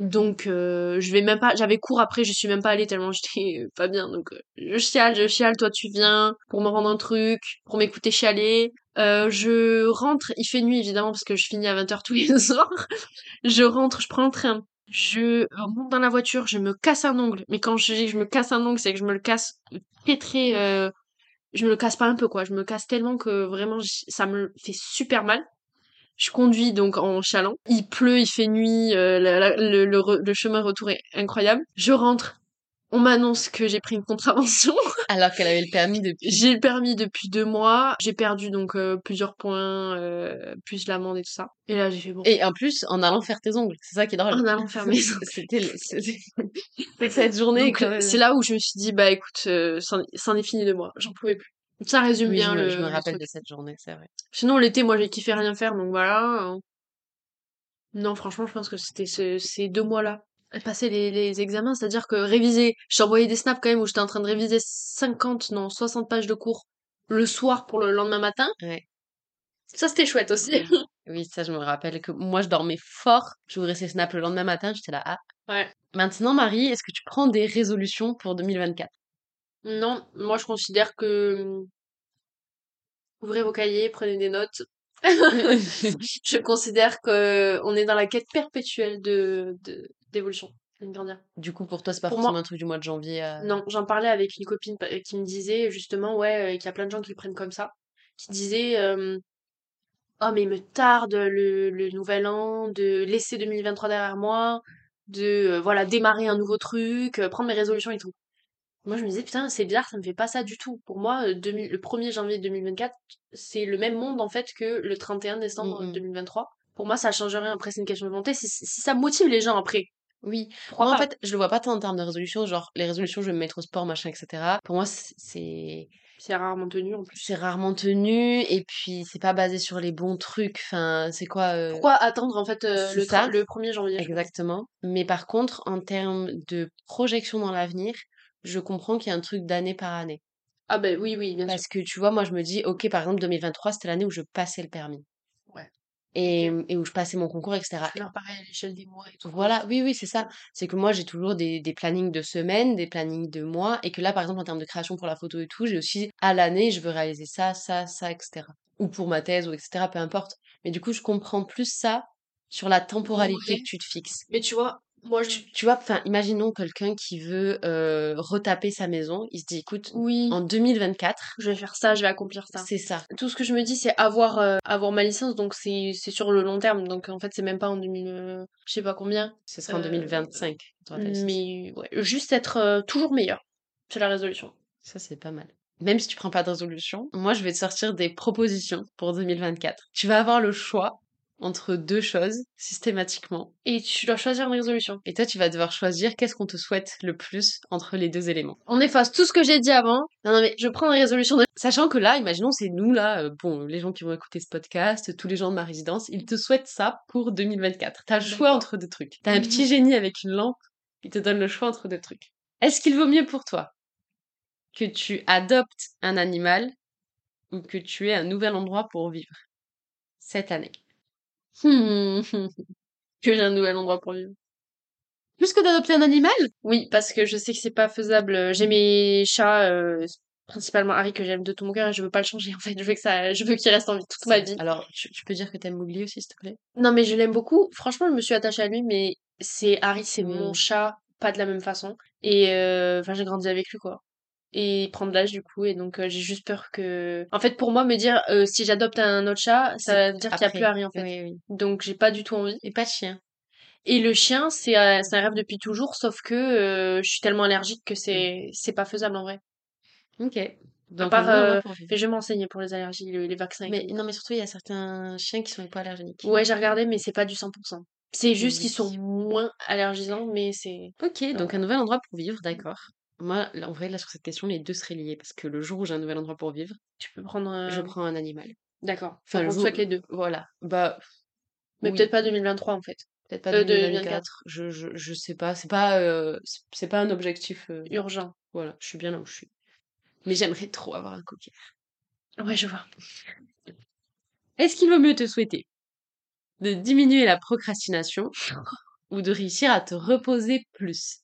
S2: Donc, euh, je vais même pas. J'avais cours après, je suis même pas allée tellement j'étais euh, pas bien. Donc, euh, je chiale, je chiale. Toi, tu viens pour me rendre un truc, pour m'écouter chialer. Euh, je rentre. Il fait nuit évidemment parce que je finis à 20h tous les soirs. Je rentre, je prends le train. Je euh, monte dans la voiture, je me casse un ongle. Mais quand je dis que je me casse un ongle, c'est que je me le casse très très. euh, je me le casse pas un peu quoi. Je me casse tellement que vraiment j- ça me fait super mal. Je conduis donc en chaland. Il pleut, il fait nuit, euh, la- la- le, le re- le chemin retour est incroyable. Je rentre. On m'annonce que j'ai pris une contravention.
S1: Alors qu'elle avait le permis depuis.
S2: j'ai le permis depuis deux mois. J'ai perdu donc euh, plusieurs points, euh, plus l'amende et tout ça. Et là, j'ai fait bon.
S1: Et en plus, en allant faire tes ongles. C'est ça qui est drôle.
S2: En allant faire mes ongles.
S1: C'était le- c'était- euh, c'était cette journée.
S2: Donc, euh,
S1: quand même.
S2: c'est là où je me suis dit, bah écoute, euh, c'en c'en est fini de moi, j'en pouvais plus. Ça résume
S1: Oui, je
S2: bien
S1: me-
S2: le.
S1: je me
S2: le
S1: rappelle
S2: truc.
S1: de cette journée, c'est vrai.
S2: Sinon, l'été, moi, j'ai kiffé rien faire, donc voilà. euh. Non, franchement, je pense que c'était ce- ces deux mois-là. Passer les, les examens, c'est-à-dire que réviser. Je t'envoyais des snaps quand même où j'étais en train de réviser 50, non, 60 pages de cours le soir pour le lendemain matin.
S1: Ouais.
S2: Ça, c'était chouette aussi.
S1: Oui, ça, je me rappelle que moi, je dormais fort. J'ouvrais ces snaps le lendemain matin, j'étais là, ah.
S2: Ouais.
S1: Maintenant, Marie, est-ce que tu prends des résolutions pour 2024
S2: Non, moi, je considère que. hum, Ouvrez vos cahiers, prenez des notes. je considère que euh, on est dans la quête perpétuelle de de- d'évolution. de grandir.
S1: Du coup, pour toi, c'est pas
S2: Pour moi-
S1: forcément un truc du mois de janvier. euh. à-
S2: Non, j'en parlais avec une copine pa- qui me disait justement ouais euh, qu'il y a plein de gens qui le prennent comme ça, qui disait euh, oh mais il me tarde le, le nouvel an, de laisser 2023 derrière moi, de euh, voilà démarrer un nouveau truc, euh, prendre mes résolutions et tout. Moi je me disais putain c'est bizarre ça me fait pas ça du tout. Pour moi euh, 2000 le 1er janvier 2024 c'est le même monde en fait que le 31 décembre
S1: Mhm.
S2: 2023. Pour moi ça change rien après c'est une question de volonté. Si, si ça motive les gens après.
S1: Oui.
S2: Pourquoi
S1: Moi, en
S2: pas
S1: fait, je le vois pas tant en termes de résolutions, genre les résolutions, je vais me mettre au sport, machin, etc. Pour moi, c'est- c'est
S2: c'est rarement tenu en plus.
S1: c'est rarement tenu et puis c'est pas basé sur les bons trucs. Enfin, c'est quoi euh,
S2: Pourquoi attendre en fait euh,
S1: c'est
S2: le,
S1: ça.
S2: tra- le 1er janvier je pense.
S1: Exactement. Mais par contre, en termes de projection dans l'avenir, je comprends qu'il y a un truc d'année par année.
S2: Ah ben oui, oui, bien sûr.
S1: Parce que tu vois, moi, je me dis, ok, par exemple, 2023, c'était l'année où je passais le permis.
S2: Ouais.
S1: Et, et où je passais mon concours, etc.
S2: Alors pareil, à l'échelle des mois et tout.
S1: Voilà, oui, oui, c'est ça. C'est que moi, j'ai toujours des, des plannings de semaines, des plannings de mois, et que là, par exemple, en termes de création pour la photo et tout, j'ai aussi à l'année, je veux réaliser ça, ça, ça, etc. Ou pour ma thèse, ou etc., peu importe. Mais du coup, je comprends plus ça sur la temporalité
S2: Ouais.
S1: que tu te fixes.
S2: Mais tu vois, moi je...
S1: Tu, tu vois, enfin, imaginons quelqu'un qui veut euh, retaper sa maison, il se dit, écoute,
S2: Oui,
S1: en 2024,
S2: je vais faire ça, je vais accomplir ça.
S1: c'est ça.
S2: Tout ce que je me dis, c'est avoir, euh, avoir ma licence, donc c'est c'est sur le long terme. Donc en fait, c'est même pas en 2000... euh, je sais pas combien.
S1: Ce sera en
S2: Euh,
S1: 2025.
S2: Bah,
S1: toi, ta licence.
S2: Mais ouais, juste être euh, toujours meilleur. C'est la résolution.
S1: Ça, c'est pas mal. Même si tu prends pas de résolution, moi, je vais te sortir des propositions pour 2024. Tu vas avoir le choix entre deux choses systématiquement.
S2: Et tu dois choisir une résolution.
S1: Et toi, tu vas devoir choisir qu'est-ce qu'on te souhaite le plus entre les deux éléments.
S2: On efface tout ce que j'ai dit avant. Non, non, mais je prends une résolution de...
S1: Sachant que là, imaginons, c'est nous, là, euh, bon, les gens qui vont écouter ce podcast, tous les gens de ma résidence, ils te souhaitent ça pour 2024. T'as le choix
S2: D'accord.
S1: entre deux trucs. T'as un petit génie avec une lampe, il te donne le choix entre deux trucs. Est-ce qu'il vaut mieux pour toi que tu adoptes un animal ou que tu aies un nouvel endroit pour vivre cette année
S2: Hmm. que j'ai un nouvel endroit pour vivre.
S1: Plus que d'adopter un animal
S2: Oui, parce que je sais que c'est pas faisable. Euh, J'ai mes chats, euh, principalement Harry que j'aime de tout mon cœur et je veux pas le changer en fait. Je veux que ça, je veux qu'il reste en vie toute ma vie.
S1: Alors, tu, tu peux dire que t'aimes Mowgli aussi, s'il te plaît
S2: Non mais je l'aime beaucoup. Franchement, je me suis attachée à lui, mais c'est Harry, c'est mon
S1: Mm.
S2: chat, pas de la même façon. Et euh, enfin, j'ai grandi avec lui quoi. Et il prend de l'âge du coup, et donc euh, j'ai juste peur que. En fait, pour moi, me dire euh, si j'adopte un autre chat, ça veut dire qu'il y a
S1: Après.
S2: plus Harry en fait.
S1: Oui, oui.
S2: Donc j'ai pas du tout envie.
S1: Et pas de chien.
S2: Et le chien, c'est euh, c'est un rêve depuis toujours, sauf que euh, je suis tellement allergique que c'est c'est pas faisable en vrai.
S1: Ok. Donc,
S2: part,
S1: un nouvel endroit
S2: euh,
S1: pour vivre.
S2: Mais je vais m'enseigner pour les allergies, le- les vaccins. et
S1: Mais
S2: tout.
S1: non, mais surtout, il y a certains chiens qui sont pas allergéniques.
S2: Ouais, j'ai regardé, mais c'est pas du 100%. C'est juste qu'ils
S1: Oui.
S2: sont moins allergisants, mais c'est.
S1: Ok, donc un nouvel endroit pour vivre, d'accord. Moi, là, en vrai, là, sur cette question, les deux seraient liés. Parce que le jour où j'ai un nouvel endroit pour vivre,
S2: Tu peux prendre. euh,
S1: je prends un animal.
S2: D'accord.
S1: Enfin,
S2: Enfin,
S1: le
S2: on
S1: jour-
S2: souhaite les deux.
S1: Voilà. Bah,
S2: Mais
S1: oui.
S2: peut-être pas 2023 en fait.
S1: peut-être pas
S2: euh, de
S1: 2024.
S2: 2024.
S1: Je, je, je sais pas. C'est pas, euh, c'est- c'est pas un objectif. euh,
S2: Urgent.
S1: Voilà, je suis bien là où je suis. Mais j'aimerais trop avoir un coquin.
S2: Ouais, je vois.
S1: Est-ce qu'il vaut mieux te souhaiter de diminuer la procrastination ou de réussir à te reposer plus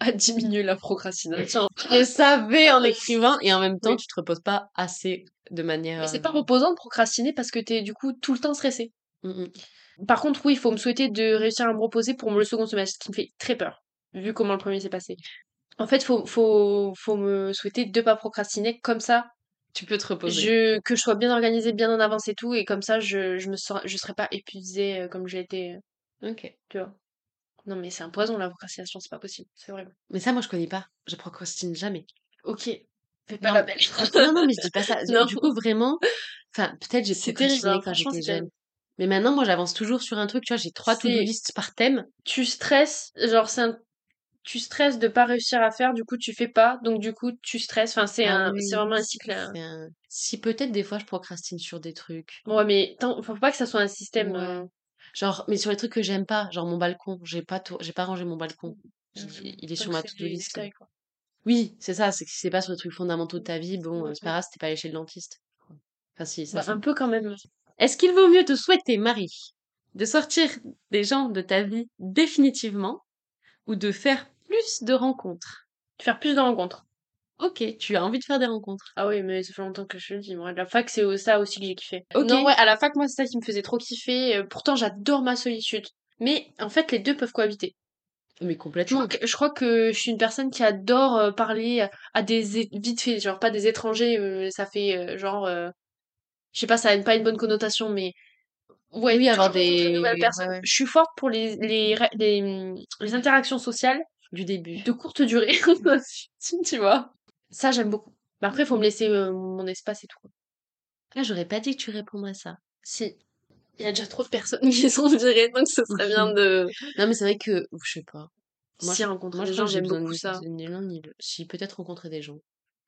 S2: À diminuer la procrastination.
S1: Je savais en écrivant et en même temps
S2: Oui.
S1: tu te reposes pas assez de manière.
S2: mais c'est
S1: euh,
S2: pas reposant de procrastiner parce que t'es du coup tout le temps stressé.
S1: mm, mm.
S2: Par contre, oui, il faut me souhaiter de réussir à me reposer pour le second semestre, ce qui me fait très peur, vu comment le premier s'est passé. En fait, faut, faut, faut me souhaiter de pas procrastiner, comme ça,
S1: Tu peux te reposer.
S2: Je, que je sois bien organisée, bien en avance et tout, et comme ça, je, je me serai, je serai pas épuisée euh, comme j'ai été, euh,
S1: Ok.
S2: tu vois. Non, mais c'est un poison, la procrastination, c'est pas possible, c'est vrai.
S1: Mais ça, moi, je connais pas. Je procrastine jamais.
S2: Ok, fais pas
S1: Non,
S2: la belle.
S1: non, non, mais je dis pas ça. Du-
S2: Non.
S1: Du coup, vraiment, enfin, peut-être j'ai
S2: C'est
S1: procrastiné
S2: terrible, hein,
S1: quand
S2: franchement,
S1: j'étais
S2: c'est
S1: jeune. Mais maintenant, moi, j'avance toujours sur un truc. Tu vois, j'ai trois
S2: C'est-
S1: to-do listes par thème.
S2: Tu stresses, genre, c'est un- tu stresses de pas réussir à faire, du coup, tu fais pas, donc du coup, tu stresses, enfin, c'est
S1: Ah
S2: un,
S1: oui,
S2: c'est vraiment un cycle. hein.
S1: c'est un- euh, Si peut-être des fois, je procrastine sur des trucs.
S2: Bon, ouais, mais tant- faut pas que ça soit un système.
S1: Ouais.
S2: euh,
S1: Genre, mais sur les trucs que j'aime pas, genre mon balcon, j'ai pas, tout- j'ai pas rangé mon balcon. J'ai
S2: euh,
S1: dit, Il est
S2: faut
S1: sur
S2: que
S1: ma
S2: c'est
S1: to-do
S2: des
S1: list.
S2: détails, quoi.
S1: Oui, c'est ça, c'est que si c'est pas sur les trucs fondamentaux de ta vie, bon, euh, c'est pas
S2: Mhm.
S1: grave, c'était pas allé chez le dentiste. Enfin, si, ça.
S2: Bah,
S1: c'est-
S2: un peu quand même.
S1: Est-ce qu'il vaut mieux te souhaiter, Marie, de sortir des gens de ta vie définitivement ou de faire plus de rencontres
S2: Faire plus de rencontres.
S1: Ok, tu as envie de faire des rencontres.
S2: Ah oui, mais ça fait longtemps que je le dis. Moi, la fac, c'est au- ça aussi que j'ai kiffé.
S1: Ok.
S2: Non, ouais, à la fac, moi, c'est ça qui me faisait trop kiffer. Euh, Pourtant, j'adore ma solitude. Mais en fait, les deux peuvent cohabiter.
S1: Mais
S2: Je crois
S1: complètement.
S2: que je, crois que je suis une personne qui adore euh, parler à des... é- vite fait, genre pas des étrangers, euh, ça fait euh, genre... euh, Je sais pas, ça a pas une bonne connotation, mais... Ouais,
S1: Oui, avoir
S2: toujours rencontrer de
S1: des-
S2: nouvelles personnes.
S1: ouais, ouais.
S2: Je suis forte pour les, les, ra- les, hum, les interactions sociales
S1: Du début.
S2: de courte durée, tu vois. Ça, j'aime beaucoup. Mais après, faut me laisser euh, mon espace et tout. quoi.
S1: Ah, j'aurais pas dit que tu répondrais ça.
S2: Si. Il y a déjà trop de personnes qui sont virées, donc ce serait bien de.
S1: Non, mais c'est vrai que, je sais pas. Moi,
S2: si
S1: je-
S2: rencontrer
S1: Moi, je
S2: des
S1: crois
S2: gens,
S1: que j'ai
S2: j'aime
S1: besoin
S2: beaucoup
S1: ni-
S2: ça.
S1: de ni l'un ni l'autre. Si, peut-être rencontrer des gens.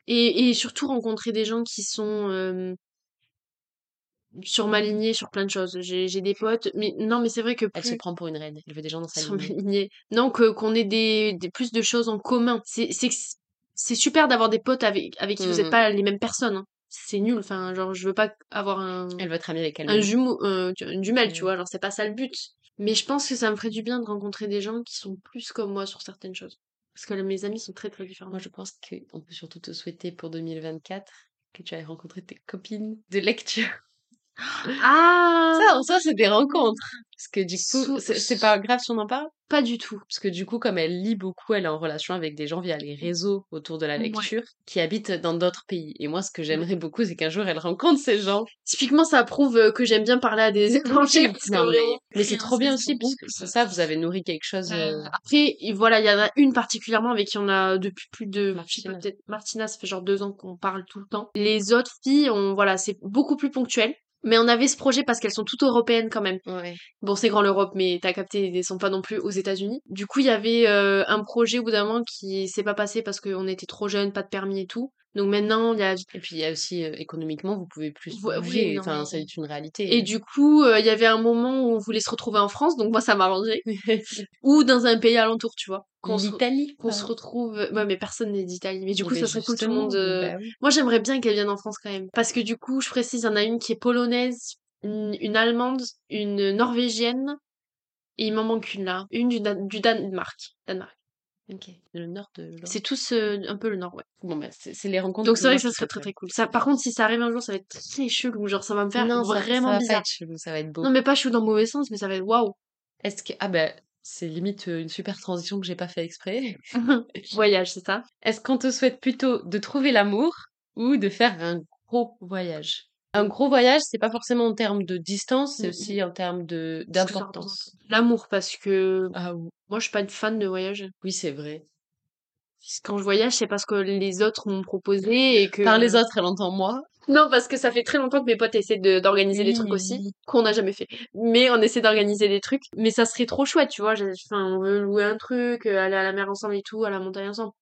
S2: Et, et surtout rencontrer des gens qui sont euh, sur ma lignée, sur plein de choses. J'ai j'ai des potes, mais non, mais c'est vrai que
S1: Elle se
S2: plus
S1: prend pour une reine. Elle veut des gens dans sa
S2: sur ma
S1: lignée.
S2: lignée, non, que qu'on ait des, des- plus de choses en commun. C'est c'est que c- c'est super d'avoir des potes avec avec qui vous
S1: Mhm.
S2: n'êtes pas les mêmes personnes. hein. C'est nul. Enfin, genre, je veux pas avoir un.
S1: Elle veut être amie avec
S2: un
S1: elle-même.
S2: jumeau, euh, tu- une jumelle, tu
S1: Mm.
S2: vois. Genre, c'est pas ça le but. Mais je pense que ça me ferait du bien de rencontrer des gens qui sont plus comme moi sur certaines choses. Parce que le- mes amis sont très très différents.
S1: Moi, je pense qu'on peut surtout te souhaiter pour 2024 que tu ailles rencontrer tes copines de lecture.
S2: Ah
S1: Ça, en soi, c'est des rencontres. Parce que du coup,
S2: Sou-
S1: c'est c'est pas grave si on en parle.
S2: Pas du tout.
S1: Parce que du coup, comme elle lit beaucoup, elle est en relation avec des gens via les réseaux autour de la
S2: Ouais.
S1: lecture qui habitent dans d'autres pays. Et moi, ce que j'aimerais beaucoup, c'est qu'un jour, elle rencontre ces gens.
S2: Typiquement, ça prouve euh, que j'aime bien parler à des étrangers. parce que
S1: Non, mais
S2: vraiment,
S1: mais c'est trop bien aussi, parce
S2: parce
S1: que c'est ça, vous avez nourri quelque chose.
S2: Euh,
S1: euh,
S2: Après, il- voilà, il y en a une particulièrement avec qui on a depuis plus de, je sais pas,
S1: Martina.
S2: peut-être Martina, ça fait genre deux ans qu'on parle tout le temps. Les autres filles, on, voilà, c'est beaucoup plus ponctuel. Mais on avait ce projet parce qu'elles sont toutes européennes quand même.
S1: Ouais.
S2: Bon, c'est grand l'Europe, mais t'as capté, ils ne sont pas non plus aux États-Unis. Du coup, il y avait euh, un projet au bout d'un moment qui s'est pas passé parce qu'on était trop jeunes, pas de permis et tout. Donc maintenant, il y a
S1: Et puis, il y a aussi, euh, économiquement, vous pouvez plus
S2: Ouais, oui,
S1: bouger.
S2: non,
S1: Enfin,
S2: mais-
S1: c'est une réalité. hein.
S2: Et du coup, euh, il y avait un moment où on voulait se retrouver en France, donc moi ça m'arrangeait. Ou dans un pays alentour, tu vois. Qu'on se,
S1: L'Italie.
S2: qu'on se retrouve. Ouais, mais personne n'est d'Italie. Mais du
S1: Eh
S2: coup,
S1: ben,
S2: ça serait cool tout le
S1: justement,
S2: monde. euh,
S1: bah oui.
S2: Moi, j'aimerais bien qu'elle vienne en France quand même. Parce que du coup, je précise, il y en a une qui est polonaise, une, une allemande, une norvégienne. Et il m'en manque une là. Une du, Dan- du Danemark. Danemark.
S1: Ok. Le nord de l'Europe.
S2: C'est tous euh, un peu le nord, ouais.
S1: Bon, bah, c'est c'est les rencontres.
S2: Donc c'est vrai
S1: moi,
S2: que ça
S1: je
S2: serait
S1: trouve
S2: très très cool. Ça, par contre, si ça arrive un jour, ça va être très chelou. Genre, ça va me faire
S1: Non, ça, ça
S2: vraiment
S1: va pas
S2: bizarre.
S1: être chelou, ça va être beau.
S2: Non, mais pas chelou dans le mauvais sens, mais ça va être waouh.
S1: Est-ce que ah ben c'est limite euh, une super transition que j'ai pas fait exprès.
S2: Voyage, c'est ça
S1: Est-ce qu'on te souhaite plutôt de trouver l'amour ou de faire un gros voyage Un gros voyage, c'est pas forcément en termes de distance, c'est
S2: Mm,
S1: aussi en termes de
S2: Parce que ça
S1: d'importance.
S2: représente L'amour, parce que
S1: Ah ou-
S2: moi, je suis pas une fan de voyage.
S1: oui, c'est vrai.
S2: Quand je voyage, c'est parce que les autres m'ont proposé et que...
S1: Par les autres, elle entend moi.
S2: Non, parce que ça fait très longtemps que mes potes essaient de- d'organiser des trucs
S1: Oui.
S2: aussi, qu'on n'a jamais fait. Mais on essaie d'organiser des trucs. Mais ça serait trop chouette, tu vois. j'ai- Enfin, on veut louer un truc, euh, aller à la mer ensemble et tout, à la montagne ensemble.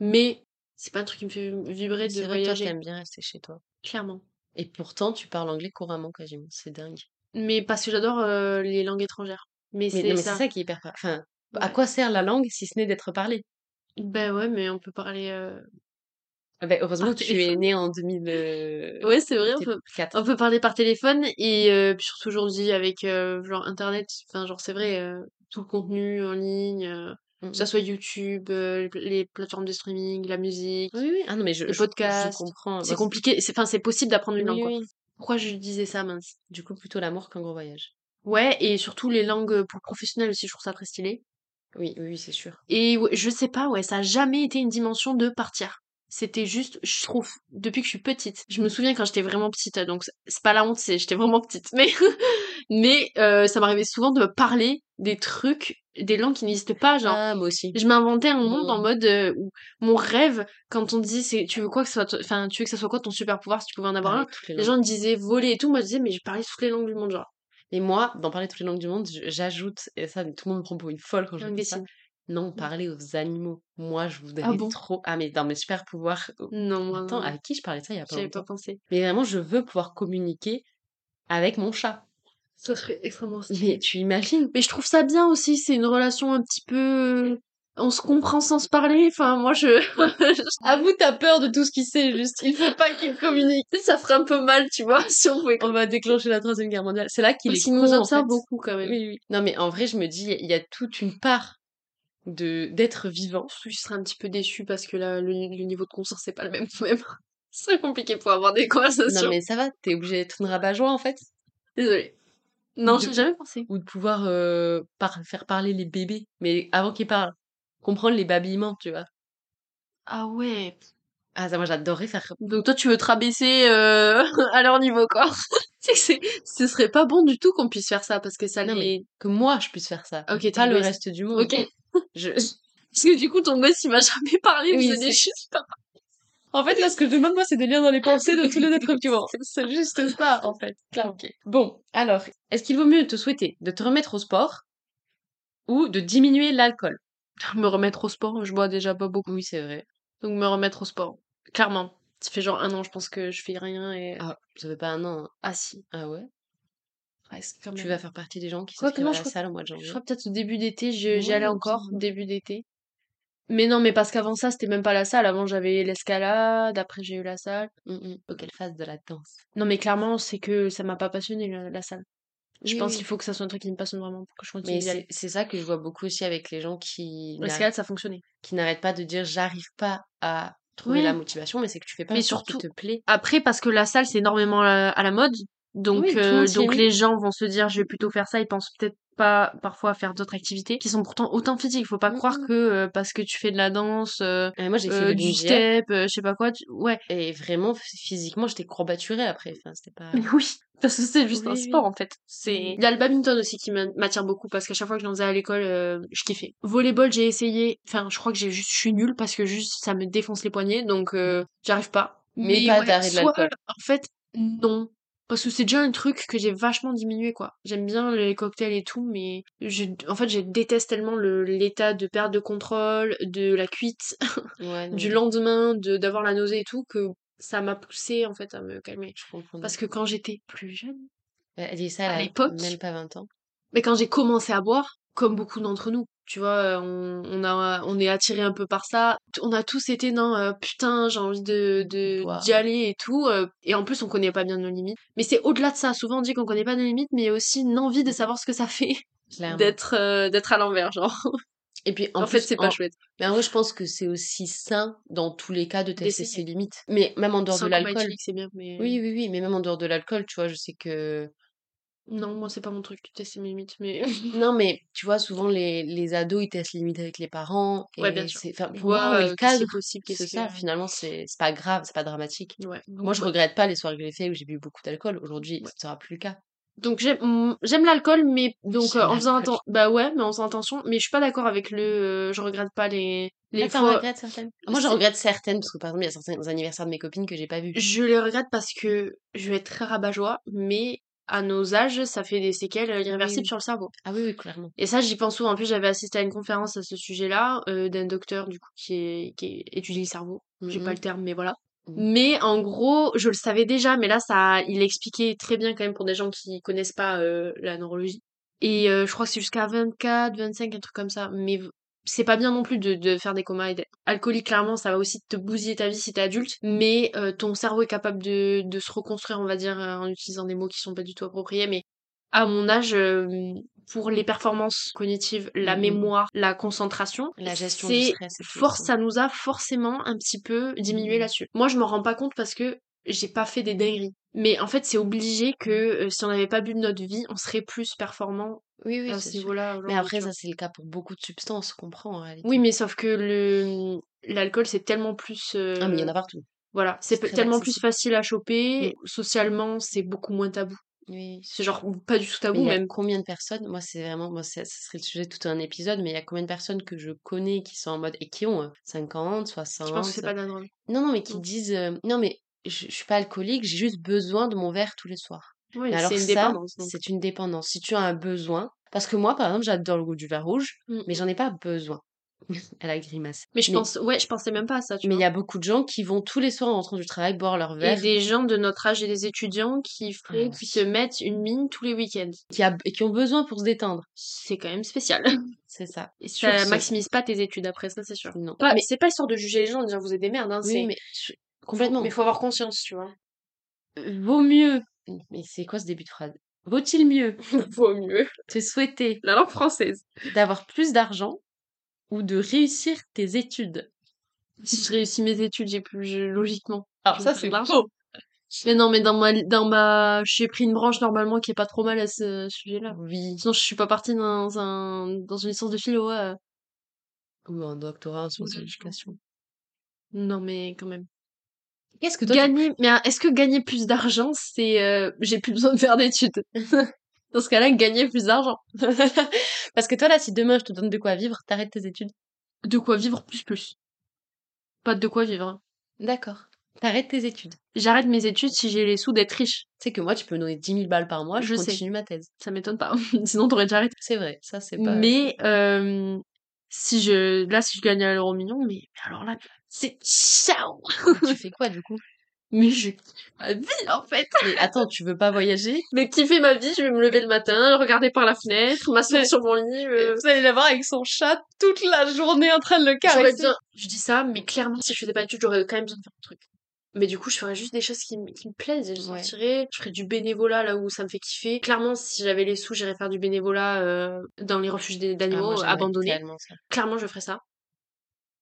S2: Mais c'est pas un truc qui me fait vibrer de
S1: C'est vrai que toi,
S2: voyager,
S1: t'aimes bien rester chez toi.
S2: clairement.
S1: Et pourtant, tu parles anglais couramment quasiment. C'est dingue.
S2: Mais parce que j'adore euh, les langues étrangères. Mais
S1: Mais non,
S2: c'est
S1: mais
S2: ça.
S1: c'est ça qui est hyper. Enfin, à
S2: Ouais.
S1: quoi sert la langue si ce n'est d'être parlée
S2: Ben ouais, mais on peut parler... euh,
S1: Ah ben, heureusement
S2: Par
S1: que tu es
S2: téléphone.
S1: née en euh, 2004.
S2: Ouais, c'est vrai, on peut, on peut parler par téléphone et euh, puis surtout aujourd'hui avec euh, genre internet, enfin genre c'est vrai euh, tout le contenu en ligne, euh,
S1: Mmh,
S2: que ça soit YouTube, euh, les pla- les plateformes de streaming, la musique,
S1: Oui, oui. Ah non, mais je,
S2: les
S1: je- je
S2: podcasts.
S1: comprends.
S2: C'est
S1: Moi,
S2: compliqué, c'est enfin c'est possible d'apprendre
S1: c'est-
S2: une langue
S1: bah, oui,
S2: quoi.
S1: oui.
S2: Pourquoi je disais ça mince
S1: Du coup, plutôt l'amour qu'un gros voyage.
S2: Ouais, et surtout les langues pour professionnels aussi, je trouve ça très stylé.
S1: Oui, oui, oui, c'est sûr.
S2: Et ouais, je sais pas, ouais, ça a jamais été une dimension de partir. c'était juste, je trouve, depuis que je suis petite. Je me souviens quand j'étais vraiment petite, donc c'est- c'est pas la honte, c'est j'étais vraiment petite, mais mais euh, ça m'arrivait souvent de me parler des trucs, des langues qui n'existent pas, genre.
S1: Ah, moi aussi.
S2: Je m'inventais un monde
S1: Mhm.
S2: en mode euh, où mon rêve, quand on dit c'est tu veux quoi que ce soit, ton- enfin tu veux que ça soit quoi ton super pouvoir si tu pouvais en avoir
S1: Parler
S2: un,
S1: toutes les
S2: les
S1: langues.
S2: gens me disaient voler et tout, moi je disais mais j'ai parlé toutes les langues du monde genre.
S1: Et moi, d'en parler toutes les langues du monde, je- j'ajoute, et ça, tout le monde me prend pour une folle quand je
S2: Langue
S1: dis
S2: des
S1: ça.
S2: signes.
S1: Non, parler aux animaux. Moi, je voudrais
S2: Mmh. Ah bon
S1: trop. Ah, mais dans mes super pouvoirs. euh,
S2: Non, moi,
S1: Attends,
S2: non,
S1: à qui je parlais de ça il y a pas
S2: j'avais
S1: longtemps
S2: pas pensé.
S1: Mais vraiment, je veux pouvoir communiquer avec mon chat.
S2: Ça serait extrêmement
S1: Mais tu imagines
S2: Mais je trouve ça bien aussi, c'est une relation un petit peu. euh, On se comprend sans se parler, enfin moi je.
S1: Avoue, t'as peur de tout ce qu'il sait, juste. Il faut pas qu'il communique.
S2: ça ferait un peu mal, tu vois, si on pouvait.
S1: On va déclencher la Troisième Guerre mondiale. C'est là qu'il
S2: Parce
S1: est
S2: qu'il
S1: con,
S2: nous
S1: en
S2: observe
S1: fait.
S2: beaucoup quand même.
S1: Oui, oui. Non, mais en vrai, je me dis, il y a toute une part de d'être vivant.
S2: Surtout, Je serais un petit peu déçue parce que là, le, le niveau de concert, c'est pas le même quand même. C'est compliqué pour avoir des conversations.
S1: Non, mais ça va, t'es obligé d'être une rabat-joie, en fait.
S2: Désolée. Non,
S1: De-
S2: j'ai jamais pensé.
S1: Ou de pouvoir euh, par- faire parler les bébés, mais avant qu'ils parlent. Comprendre les babillements, tu vois.
S2: Ah ouais.
S1: Ah, ça, moi, j'adorerais faire...
S2: Donc toi, tu veux te rabaisser euh, à leur niveau, quoi. c'est que c'est- ce serait pas bon du tout qu'on puisse faire ça parce que ça
S1: Non,
S2: les.
S1: Que moi, je puisse faire ça.
S2: Ok,
S1: Pas le
S2: égoïste.
S1: reste du monde.
S2: Ok.
S1: Je-
S2: Parce que du coup, ton gosse, il m'a jamais parlé,
S1: Oui,
S2: mais c'est des
S1: c'est-
S2: choses pas.
S1: En fait, là, ce que je demande, moi, c'est des liens dans les pensées de tous les êtres vivants. C'est juste ça, en fait. Bon, alors, est-ce qu'il vaut mieux te souhaiter de te remettre au sport ou de diminuer l'alcool
S2: Ah, Me remettre au sport, je bois déjà pas beaucoup.
S1: Oui, c'est vrai.
S2: Donc me remettre au sport, clairement. Ça fait genre un an, je pense que je fais rien et.
S1: Ah, ça fait pas un an. hein.
S2: Ah si,
S1: Ah ouais
S2: presque quand même.
S1: Tu vas faire partie des gens qui
S2: Quoique,
S1: s'inscrivent
S2: non,
S1: à
S2: je
S1: la
S2: crois-
S1: salle au mois de
S2: Je
S1: janvier.
S2: crois peut-être au début d'été, je- j'y
S1: hein. Ouais,
S2: allais
S1: il me
S2: encore,
S1: semble.
S2: début d'été. Mais non, mais parce qu'avant ça, c'était même pas la salle. Avant, j'avais l'escalade, après, j'ai eu la salle.
S1: Mm, mm. Auquel phase de la danse
S2: Non, mais clairement, c'est que ça m'a pas passionné la, la salle. Je
S1: Oui,
S2: pense
S1: oui.
S2: qu'il faut que ça soit un truc qui me passionne vraiment pour que je continue
S1: Mais
S2: d'y
S1: c'est
S2: aller.
S1: c'est ça que je vois beaucoup aussi avec les gens qui n'arri-
S2: L'escalade, ça fonctionnait.
S1: qui n'arrêtent pas de dire j'arrive pas à trouver
S2: Oui.
S1: la motivation, mais c'est que tu fais pas
S2: Mais
S1: le sport qui
S2: surtout-
S1: te plaît.
S2: Après, parce que la salle, c'est énormément euh, à, à la mode. Donc,
S1: Oui, tout le
S2: euh,
S1: monde s'y est
S2: donc
S1: mis.
S2: les gens vont se dire, je vais plutôt faire ça. Ils pensent peut-être pas parfois à faire d'autres activités qui sont pourtant autant physiques. Faut pas
S1: Mm,
S2: croire
S1: mm.
S2: que euh, parce que tu fais de la danse, euh,
S1: Euh, moi, j'ai fait
S2: euh,
S1: le
S2: du
S1: bungee hier,
S2: step, euh, je sais pas quoi. tu- Ouais.
S1: et vraiment, phy- physiquement, j'étais courbaturée après. Enfin, c'était pas...
S2: Mais oui, parce que c'est juste un
S1: Oui,
S2: sport
S1: oui.
S2: en fait. C'est
S1: Oui.
S2: il y a le badminton aussi qui m'a- m'attire beaucoup parce qu'à chaque fois que j'en faisais à l'école, euh, je kiffais. Volleyball, j'ai essayé. Enfin, je crois que j'ai juste je suis nulle parce que juste ça me défonce les poignets donc euh, j'arrive pas.
S1: Mais pas d'arrêt de
S2: soit
S1: l'alcool.
S2: en fait non parce que c'est déjà un truc que j'ai vachement diminué quoi. J'aime bien les cocktails et tout mais je en fait je déteste tellement le l'état de perte de contrôle, de la cuite,
S1: Ouais, non,
S2: du
S1: mais
S2: lendemain, de d'avoir la nausée et tout que ça m'a poussé en fait à me calmer.
S1: je comprends.
S2: Parce que quand j'étais plus jeune,
S1: Elle dit ça,
S2: à
S1: elle a
S2: l'époque-
S1: même pas 20 ans.
S2: mais quand j'ai commencé à boire, comme beaucoup d'entre nous, tu vois, euh, on, on, a, on est attiré un peu par ça. T- On a tous été, non, euh, putain, j'ai envie de, de,
S1: Boire.
S2: d'y aller et tout. euh, et en plus, on connaît pas bien nos limites. Mais c'est au-delà de ça. Souvent, on dit qu'on connaît pas nos limites, mais il y a aussi une envie de savoir ce que ça fait
S1: Clairement.
S2: d'être, euh, d'être à l'envers, genre.
S1: Et puis, en,
S2: En,
S1: plus,
S2: fait, c'est pas
S1: en-
S2: chouette.
S1: Mais en vrai, je pense que c'est aussi sain, dans tous les cas, de tester
S2: D'essayer.
S1: ses limites. Mais même en dehors
S2: Sans
S1: de
S2: combat
S1: l'alcool.
S2: éthylique, c'est bien, mais
S1: Oui, oui, oui, mais même en dehors de l'alcool, tu vois, je sais que...
S2: non, moi, c'est pas mon truc, tester mes limites, mais.
S1: Non, mais tu vois, souvent, les, les ados, ils testent les limites avec les parents. Et
S2: Ouais, bien sûr.
S1: c'est- enfin,
S2: Je
S1: pour moi,
S2: vois, euh,
S1: le
S2: qu'est-ce qui est
S1: cadre,
S2: possible,
S1: c'est
S2: qu'est-ce
S1: ça.
S2: que-
S1: Finalement, c'est c'est pas grave, c'est pas dramatique.
S2: Ouais.
S1: Moi, je regrette pas les soirées que j'ai fait où j'ai bu beaucoup d'alcool. Aujourd'hui,
S2: Ouais.
S1: ce sera plus le cas.
S2: Donc j'aime mm, j'aime l'alcool, mais donc
S1: J'aime
S2: euh, en faisant
S1: l'alcool.
S2: attention. Bah ouais, mais en faisant attention. Mais je suis pas d'accord avec le. euh, je regrette pas les les
S1: Ah, t'en
S2: fois.
S1: regrettes certaines Moi, je
S2: C'est-
S1: regrette certaines, parce que par exemple, il y a certains anniversaires de mes copines que j'ai pas vus.
S2: Je les regrette parce que je vais être très rabat-joie, mais à nos âges, ça fait des séquelles euh, irréversibles
S1: oui.
S2: sur le cerveau.
S1: Ah oui, oui, clairement.
S2: Et ça, j'y pense souvent. En plus, j'avais assisté à une conférence à ce sujet-là euh, d'un docteur du coup qui est qui est- étudie le cerveau. J'ai pas
S1: Mhm.
S2: le terme, mais voilà.
S1: Mhm.
S2: Mais en gros, je le savais déjà, mais là, ça, il expliquait très bien quand même pour des gens qui connaissent pas euh, la neurologie. Et
S1: Mmh.
S2: euh, je crois que c'est jusqu'à 24, 25, un truc comme ça. Mais v- c'est pas bien non plus de, de faire des comas et d'être alcoolique, clairement, ça va aussi te bousiller ta vie si t'es adulte. Mais euh, ton cerveau est capable de, de se reconstruire, on va dire, euh, en utilisant des mots qui sont pas du tout appropriés. Mais à mon âge, euh, pour les performances cognitives, la
S1: Mhm.
S2: mémoire, la concentration,
S1: La gestion du
S2: c'est
S1: stress et tout.
S2: force,
S1: ça.
S2: ça nous a forcément un petit peu diminué
S1: Mhm.
S2: là-dessus. Moi, je m'en rends pas compte parce que j'ai pas fait
S1: Mmh.
S2: des dingueries. Mais en fait, c'est obligé que euh, si on n'avait pas bu de notre vie, on serait plus performant
S1: Oui, oui,
S2: à
S1: c'est
S2: ce
S1: sûr.
S2: niveau-là.
S1: Mais
S2: aujourd'hui,
S1: après,
S2: tu vois.
S1: ça, c'est le cas pour beaucoup de substances, qu'on prend en réalité.
S2: Oui, mais sauf que le l'alcool c'est tellement plus euh,
S1: Ah, mais il y en a partout.
S2: voilà, c'est
S1: c'est
S2: pe-
S1: très
S2: tellement plus
S1: accessible. Mmh.
S2: facile à choper, socialement c'est beaucoup moins tabou.
S1: Oui.
S2: C'est genre pas du tout
S1: Mais
S2: tabou
S1: il y a
S2: même.
S1: combien de personnes, moi c'est vraiment, moi ça, ça serait le sujet de tout un épisode, mais il y a combien de personnes que je connais qui sont en mode, et qui ont hein, 50,
S2: Je pense que
S1: 60,
S2: c'est pas de la drogue.
S1: non, non, mais qui
S2: Mm.
S1: disent, euh, non, mais je, je suis pas alcoolique, j'ai juste besoin de mon verre tous les soirs.
S2: Oui,
S1: Mais alors
S2: c'est une
S1: ça,
S2: dépendance donc.
S1: c'est une dépendance. Si tu as un besoin, parce que moi par exemple, j'adore le goût du vin rouge,
S2: Mm.
S1: mais j'en ai pas besoin. à la grimace.
S2: Mais je
S1: Mais
S2: pense ouais, je pensais même pas à ça, tu
S1: mais il
S2: vois.
S1: y a beaucoup de gens qui vont tous les soirs en rentrant du travail boire leur
S2: Et
S1: verre,
S2: des gens de notre âge et des étudiants qui
S1: Ah
S2: font, qui
S1: oui.
S2: se mettent une mine tous les week-ends.
S1: qui, a- et qui ont besoin pour se détendre.
S2: C'est quand même spécial.
S1: C'est ça.
S2: Et
S1: Sur
S2: ça
S1: ce-
S2: maximise pas tes études après, ça c'est sûr.
S1: Non.
S2: Pas,
S1: Mais-
S2: C'est pas histoire de juger les gens en disant vous êtes des merdes, hein,
S1: oui,
S2: c'est-
S1: mais je-
S2: faut-
S1: complètement.
S2: mais faut avoir conscience, tu vois.
S1: Euh, Vaut mieux. Mais c'est quoi ce début de phrase Vaut-il mieux
S2: Vaut mieux.
S1: te souhaiter
S2: La langue française.
S1: d'avoir plus d'argent ou de réussir tes études
S2: Si je réussis mes études, j'ai plus, je- logiquement.
S1: Alors
S2: je
S1: ça,
S2: vais
S1: c'est
S2: faire de
S1: faux.
S2: Mais non, mais dans ma, dans ma, j'ai pris une branche normalement qui est pas trop mal à ce sujet-là.
S1: Oui.
S2: Sinon, je suis pas partie dans un, dans une licence de philo. euh.
S1: Ou un doctorat en sciences
S2: Ouais,
S1: de
S2: je
S1: l'éducation.
S2: Non, mais quand même.
S1: Qu'est-ce que toi, tu-
S2: Gagner, mais euh, est-ce que gagner plus d'argent, c'est, euh, j'ai plus besoin de faire d'études? Dans ce cas-là, gagner plus d'argent.
S1: Parce que toi, là, si demain je te donne de quoi vivre, t'arrêtes tes études.
S2: De quoi vivre plus plus. Pas de quoi vivre. hein.
S1: D'accord. T'arrêtes tes études.
S2: J'arrête mes études si j'ai les sous d'être riche.
S1: Tu sais que moi, tu peux me donner 10 000 balles par mois, je,
S2: Je sais.
S1: continue ma thèse.
S2: Ça m'étonne pas. Sinon, t'aurais déjà arrêté.
S1: C'est vrai, ça, c'est pas...
S2: Mais euh, si je là si je gagne à l'euro million, mais, mais alors là c'est ciao.
S1: tu fais quoi, du coup
S2: Mais je kiffe ma vie en fait.
S1: Mais attends, tu veux pas voyager
S2: Mais kiffer ma vie, je vais me lever le matin, regarder par la fenêtre, m'asseoir sur mon lit. euh,
S1: allez la voir avec son chat toute la journée en train de le
S2: j'aurais bien- Je dis ça, mais clairement si je faisais pas d'études, j'aurais quand même besoin de faire un truc. Mais du coup, je ferais juste des choses qui, me- qui me plaisent. Je
S1: Ouais.
S2: sortirais, je ferais du bénévolat là où ça me fait kiffer. Clairement, si j'avais les sous, j'irais faire du bénévolat euh, dans les refuges d-
S1: Ah, moi,
S2: d'animaux euh,
S1: j'aimerais
S2: abandonnés.
S1: tellement ça.
S2: clairement je ferais ça.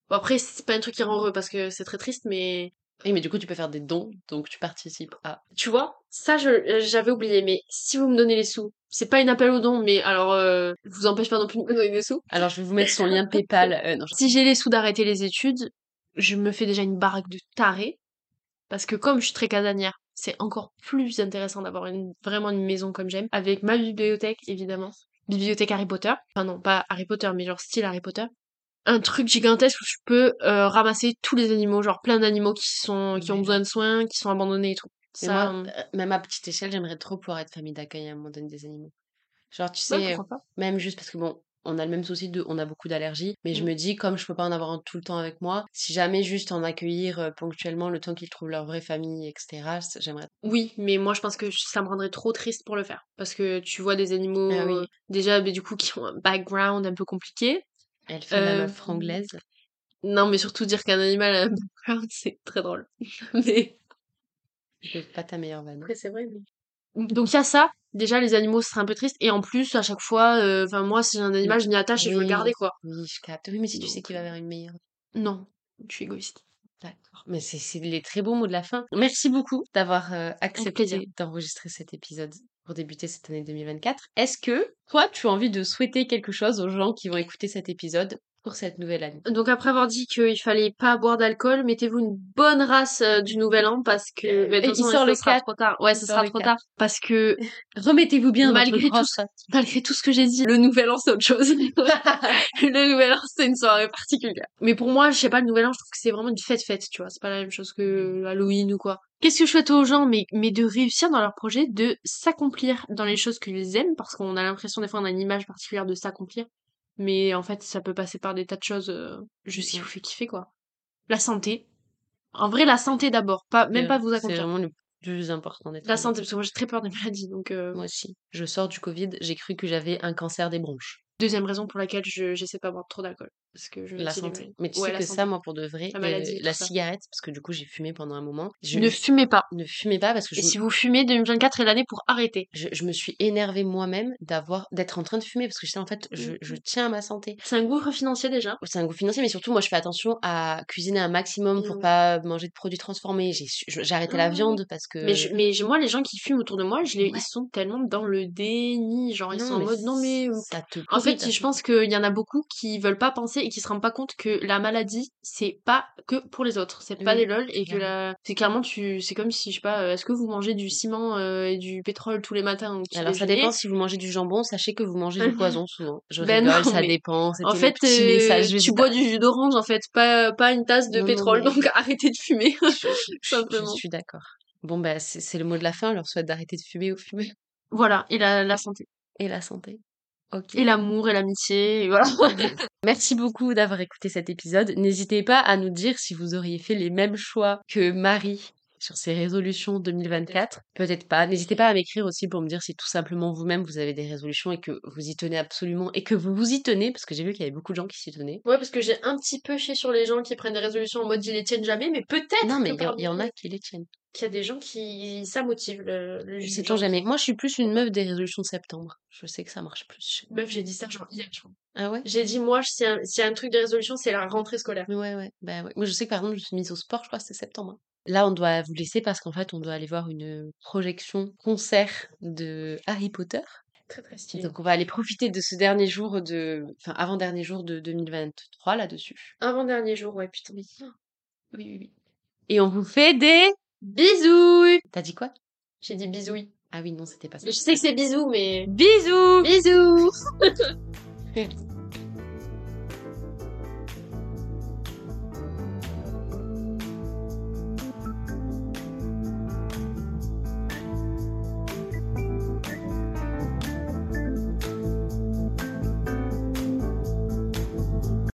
S2: Bon après c'est pas un truc qui rend heureux parce que c'est très triste mais
S1: Oui, mais du coup, tu peux faire des dons, donc tu participes à.
S2: tu vois ça je euh, j'avais oublié mais si vous me donnez les sous c'est pas une appel au don mais alors euh, je vous empêche pas non plus de me donner des sous.
S1: Alors, je vais vous mettre son lien PayPal. Euh, non, je-
S2: Si j'ai les sous d'arrêter les études je me fais déjà une baraque de taré parce que comme je suis très casanière c'est encore plus intéressant d'avoir une, vraiment une maison comme j'aime avec ma bibliothèque évidemment bibliothèque Harry Potter enfin non pas Harry Potter mais genre style Harry Potter un truc gigantesque où je peux euh, ramasser tous les animaux, genre plein d'animaux qui sont qui ont
S1: Ouais.
S2: besoin de soins, qui sont abandonnés et tout.
S1: Mais
S2: Ça,
S1: moi,
S2: euh,
S1: euh, même à petite échelle, j'aimerais trop pouvoir être famille d'accueil à un moment donné des animaux. Genre, tu
S2: ouais,
S1: sais, euh,
S2: pourquoi pas.
S1: même juste parce que bon, on a le même souci de, on a beaucoup d'allergies, mais je
S2: Mm.
S1: me dis, comme je peux pas en avoir un tout le temps avec moi, si jamais juste en accueillir euh, ponctuellement le temps qu'ils trouvent leur vraie famille, etc., c- j'aimerais.
S2: Oui, mais moi je pense que je- ça me rendrait trop triste pour le faire parce que tu vois des animaux
S1: Ah oui.
S2: euh, déjà mais du coup qui ont un background un peu compliqué.
S1: Elle fait la
S2: Euh,
S1: meuf franglaise.
S2: Non, mais surtout dire qu'un animal a un background, c'est très drôle. mais
S1: C'est pas ta meilleure vanne.
S2: Après, c'est vrai. mais- Donc, il y a ça. Déjà, les animaux, ce serait un peu triste. Et en plus, à chaque fois, euh, enfin, moi, si j'ai un animal, je m'y attache et je veux le
S1: Oui.
S2: garder, quoi.
S1: Oui, je capte. Oui, mais si tu sais
S2: Donc,
S1: qu'il va avoir une meilleure.
S2: Non, je suis égoïste.
S1: D'accord. Mais c'est c'est les très beaux mots de la fin. Merci beaucoup d'avoir euh,
S2: plaisir.
S1: accepté d'enregistrer cet épisode pour débuter cette année 2024. Est-ce que toi, tu as envie de souhaiter quelque chose aux gens qui vont écouter cet épisode pour cette nouvelle année
S2: Donc, après avoir dit qu'il fallait pas boire d'alcool, mettez-vous une bonne race euh, du nouvel an parce que.
S1: Euh, Et
S2: Mais de toute
S1: il
S2: façon,
S1: sort
S2: ça
S1: le
S2: sera
S1: 4.
S2: trop tard. Ouais,
S1: Il
S2: ça
S1: sort
S2: sera
S1: le
S2: trop
S1: 4.
S2: tard. Parce que,
S1: Remettez-vous bien dans
S2: Malgré
S1: votre
S2: tout
S1: grosse
S2: ça. malgré tout ce que j'ai dit, le nouvel an, c'est autre chose. le nouvel an, c'est une soirée particulière. Mais pour moi, je sais pas, le nouvel an, je trouve que c'est vraiment une fête-fête, tu vois. C'est pas la même chose que Halloween ou quoi. Qu'est-ce que je souhaite aux gens, mais, mais de réussir dans leur projet, de s'accomplir dans les choses qu'ils aiment, parce qu'on a l'impression des fois, on a une image particulière de s'accomplir. Mais en fait, ça peut passer par des tas de choses, euh, juste qui vous fait kiffer, quoi. La santé. En vrai, la santé d'abord, pas, même pas vous
S1: C'est
S2: accomplir.
S1: vraiment le plus important d'être.
S2: La
S1: en
S2: santé,
S1: santé.
S2: parce que moi j'ai très peur des maladies, donc euh,
S1: Moi aussi. Je sors du Covid, j'ai cru que j'avais un cancer des bronches.
S2: Deuxième raison pour laquelle je j'essaie de pas boire trop d'alcool. Parce que je me
S1: La
S2: dis,
S1: santé.
S2: mais-
S1: Mais tu
S2: Ouais,
S1: sais
S2: la
S1: que ça,
S2: santé.
S1: moi, pour de vrai,
S2: La
S1: euh,
S2: maladie et
S1: la
S2: tout ça.
S1: cigarette, parce que du coup, j'ai fumé pendant un moment. Je
S2: Ne fumez pas.
S1: ne fumais pas parce que je,
S2: Et si vous fumez, 2024 est l'année pour arrêter.
S1: je, je me suis énervée moi-même d'avoir d'être en train de fumer parce que je sais en fait, je, je
S2: Mmh.
S1: tiens à ma santé.
S2: C'est un gouffre financier déjà.
S1: C'est un goût financier, mais surtout, moi, je fais attention à cuisiner un maximum pour
S2: Mm.
S1: pas manger de produits transformés. J'ai su- je- J'ai arrêté la
S2: Mm.
S1: viande parce que.
S2: Mais, je- mais j'ai- moi, les gens qui fument autour de moi, je les,
S1: Ouais.
S2: ils sont tellement dans le déni. Genre, ils
S1: Non,
S2: sont en
S1: mais
S2: mode non, mais. euh,
S1: Ça te
S2: En
S1: pourrit
S2: fait,
S1: ta
S2: je pense qu'il y en a beaucoup qui veulent pas penser et qui se rendent pas compte que la maladie, c'est pas que pour les autres. C'est pas
S1: Oui,
S2: des lol et que
S1: clairement.
S2: la. C'est clairement, tu... c'est comme si, je sais pas, euh, est-ce que vous mangez du ciment euh, et du pétrole tous les matins au petit
S1: Alors ça
S2: déjeuner
S1: dépend si vous mangez du jambon, sachez que vous mangez du poison souvent. Je
S2: Ben
S1: rigole,
S2: non,
S1: ça
S2: mais
S1: dépend.
S2: En
S1: c'était le
S2: fait,
S1: petit message
S2: euh, tu
S1: végétal.
S2: bois du jus d'orange, en fait, pas, pas une tasse de
S1: Non, non, mais-
S2: pétrole, donc arrêtez de fumer.
S1: Je, je- je-
S2: Simplement.
S1: je suis d'accord. Bon bah c'est c'est le mot de la fin. On leur souhaite d'arrêter de fumer ou fumer
S2: Voilà, et la, la santé.
S1: et la santé. Ok.
S2: Et l'amour, et l'amitié, et voilà.
S1: Merci beaucoup d'avoir écouté cet épisode. N'hésitez pas à nous dire si vous auriez fait les mêmes choix que Marie sur ses résolutions 2024. Peut-être pas. N'hésitez pas à m'écrire aussi pour me dire si tout simplement vous-même vous avez des résolutions et que vous y tenez absolument et que vous vous y tenez parce que j'ai vu qu'il y avait beaucoup de gens qui s'y tenaient.
S2: Ouais, parce que j'ai un petit peu chié sur les gens qui prennent des résolutions en mode ils les tiennent jamais, mais peut-être
S1: Non mais
S2: que
S1: il y en-
S2: parmi
S1: il y en a
S2: eux,
S1: qui les tiennent.
S2: qu'il y a des gens qui ça motive le, le
S1: Je
S2: jus
S1: sais
S2: d'orange.
S1: jamais. Moi, je suis plus une meuf des résolutions de septembre. Je sais que ça marche plus.
S2: Meuf, j'ai dit ça genre hier, je crois.
S1: Ah ouais
S2: J'ai dit, moi, s'il y, a- s'il y a un truc de résolution, c'est la rentrée scolaire.
S1: Mais ouais, ouais. Bah ouais. Moi, je sais que par exemple, je me suis mise au sport, je crois que c'était septembre. hein. Là, on doit vous laisser parce qu'en fait, on doit aller voir une projection concert de Harry Potter.
S2: Très très stylé.
S1: Donc, on va aller profiter de ce dernier jour de. Enfin, avant-dernier jour de 2023 là-dessus.
S2: Avant-dernier jour, ouais, putain. Ah.
S1: Oui.
S2: Oui, oui, oui.
S1: Et on vous fait des.
S2: Bisous
S1: T'as dit quoi
S2: J'ai dit bisouilles.
S1: Ah oui, non, c'était pas ça.
S2: Je sais que c'est bisous, mais.
S1: Bisous
S2: Bisous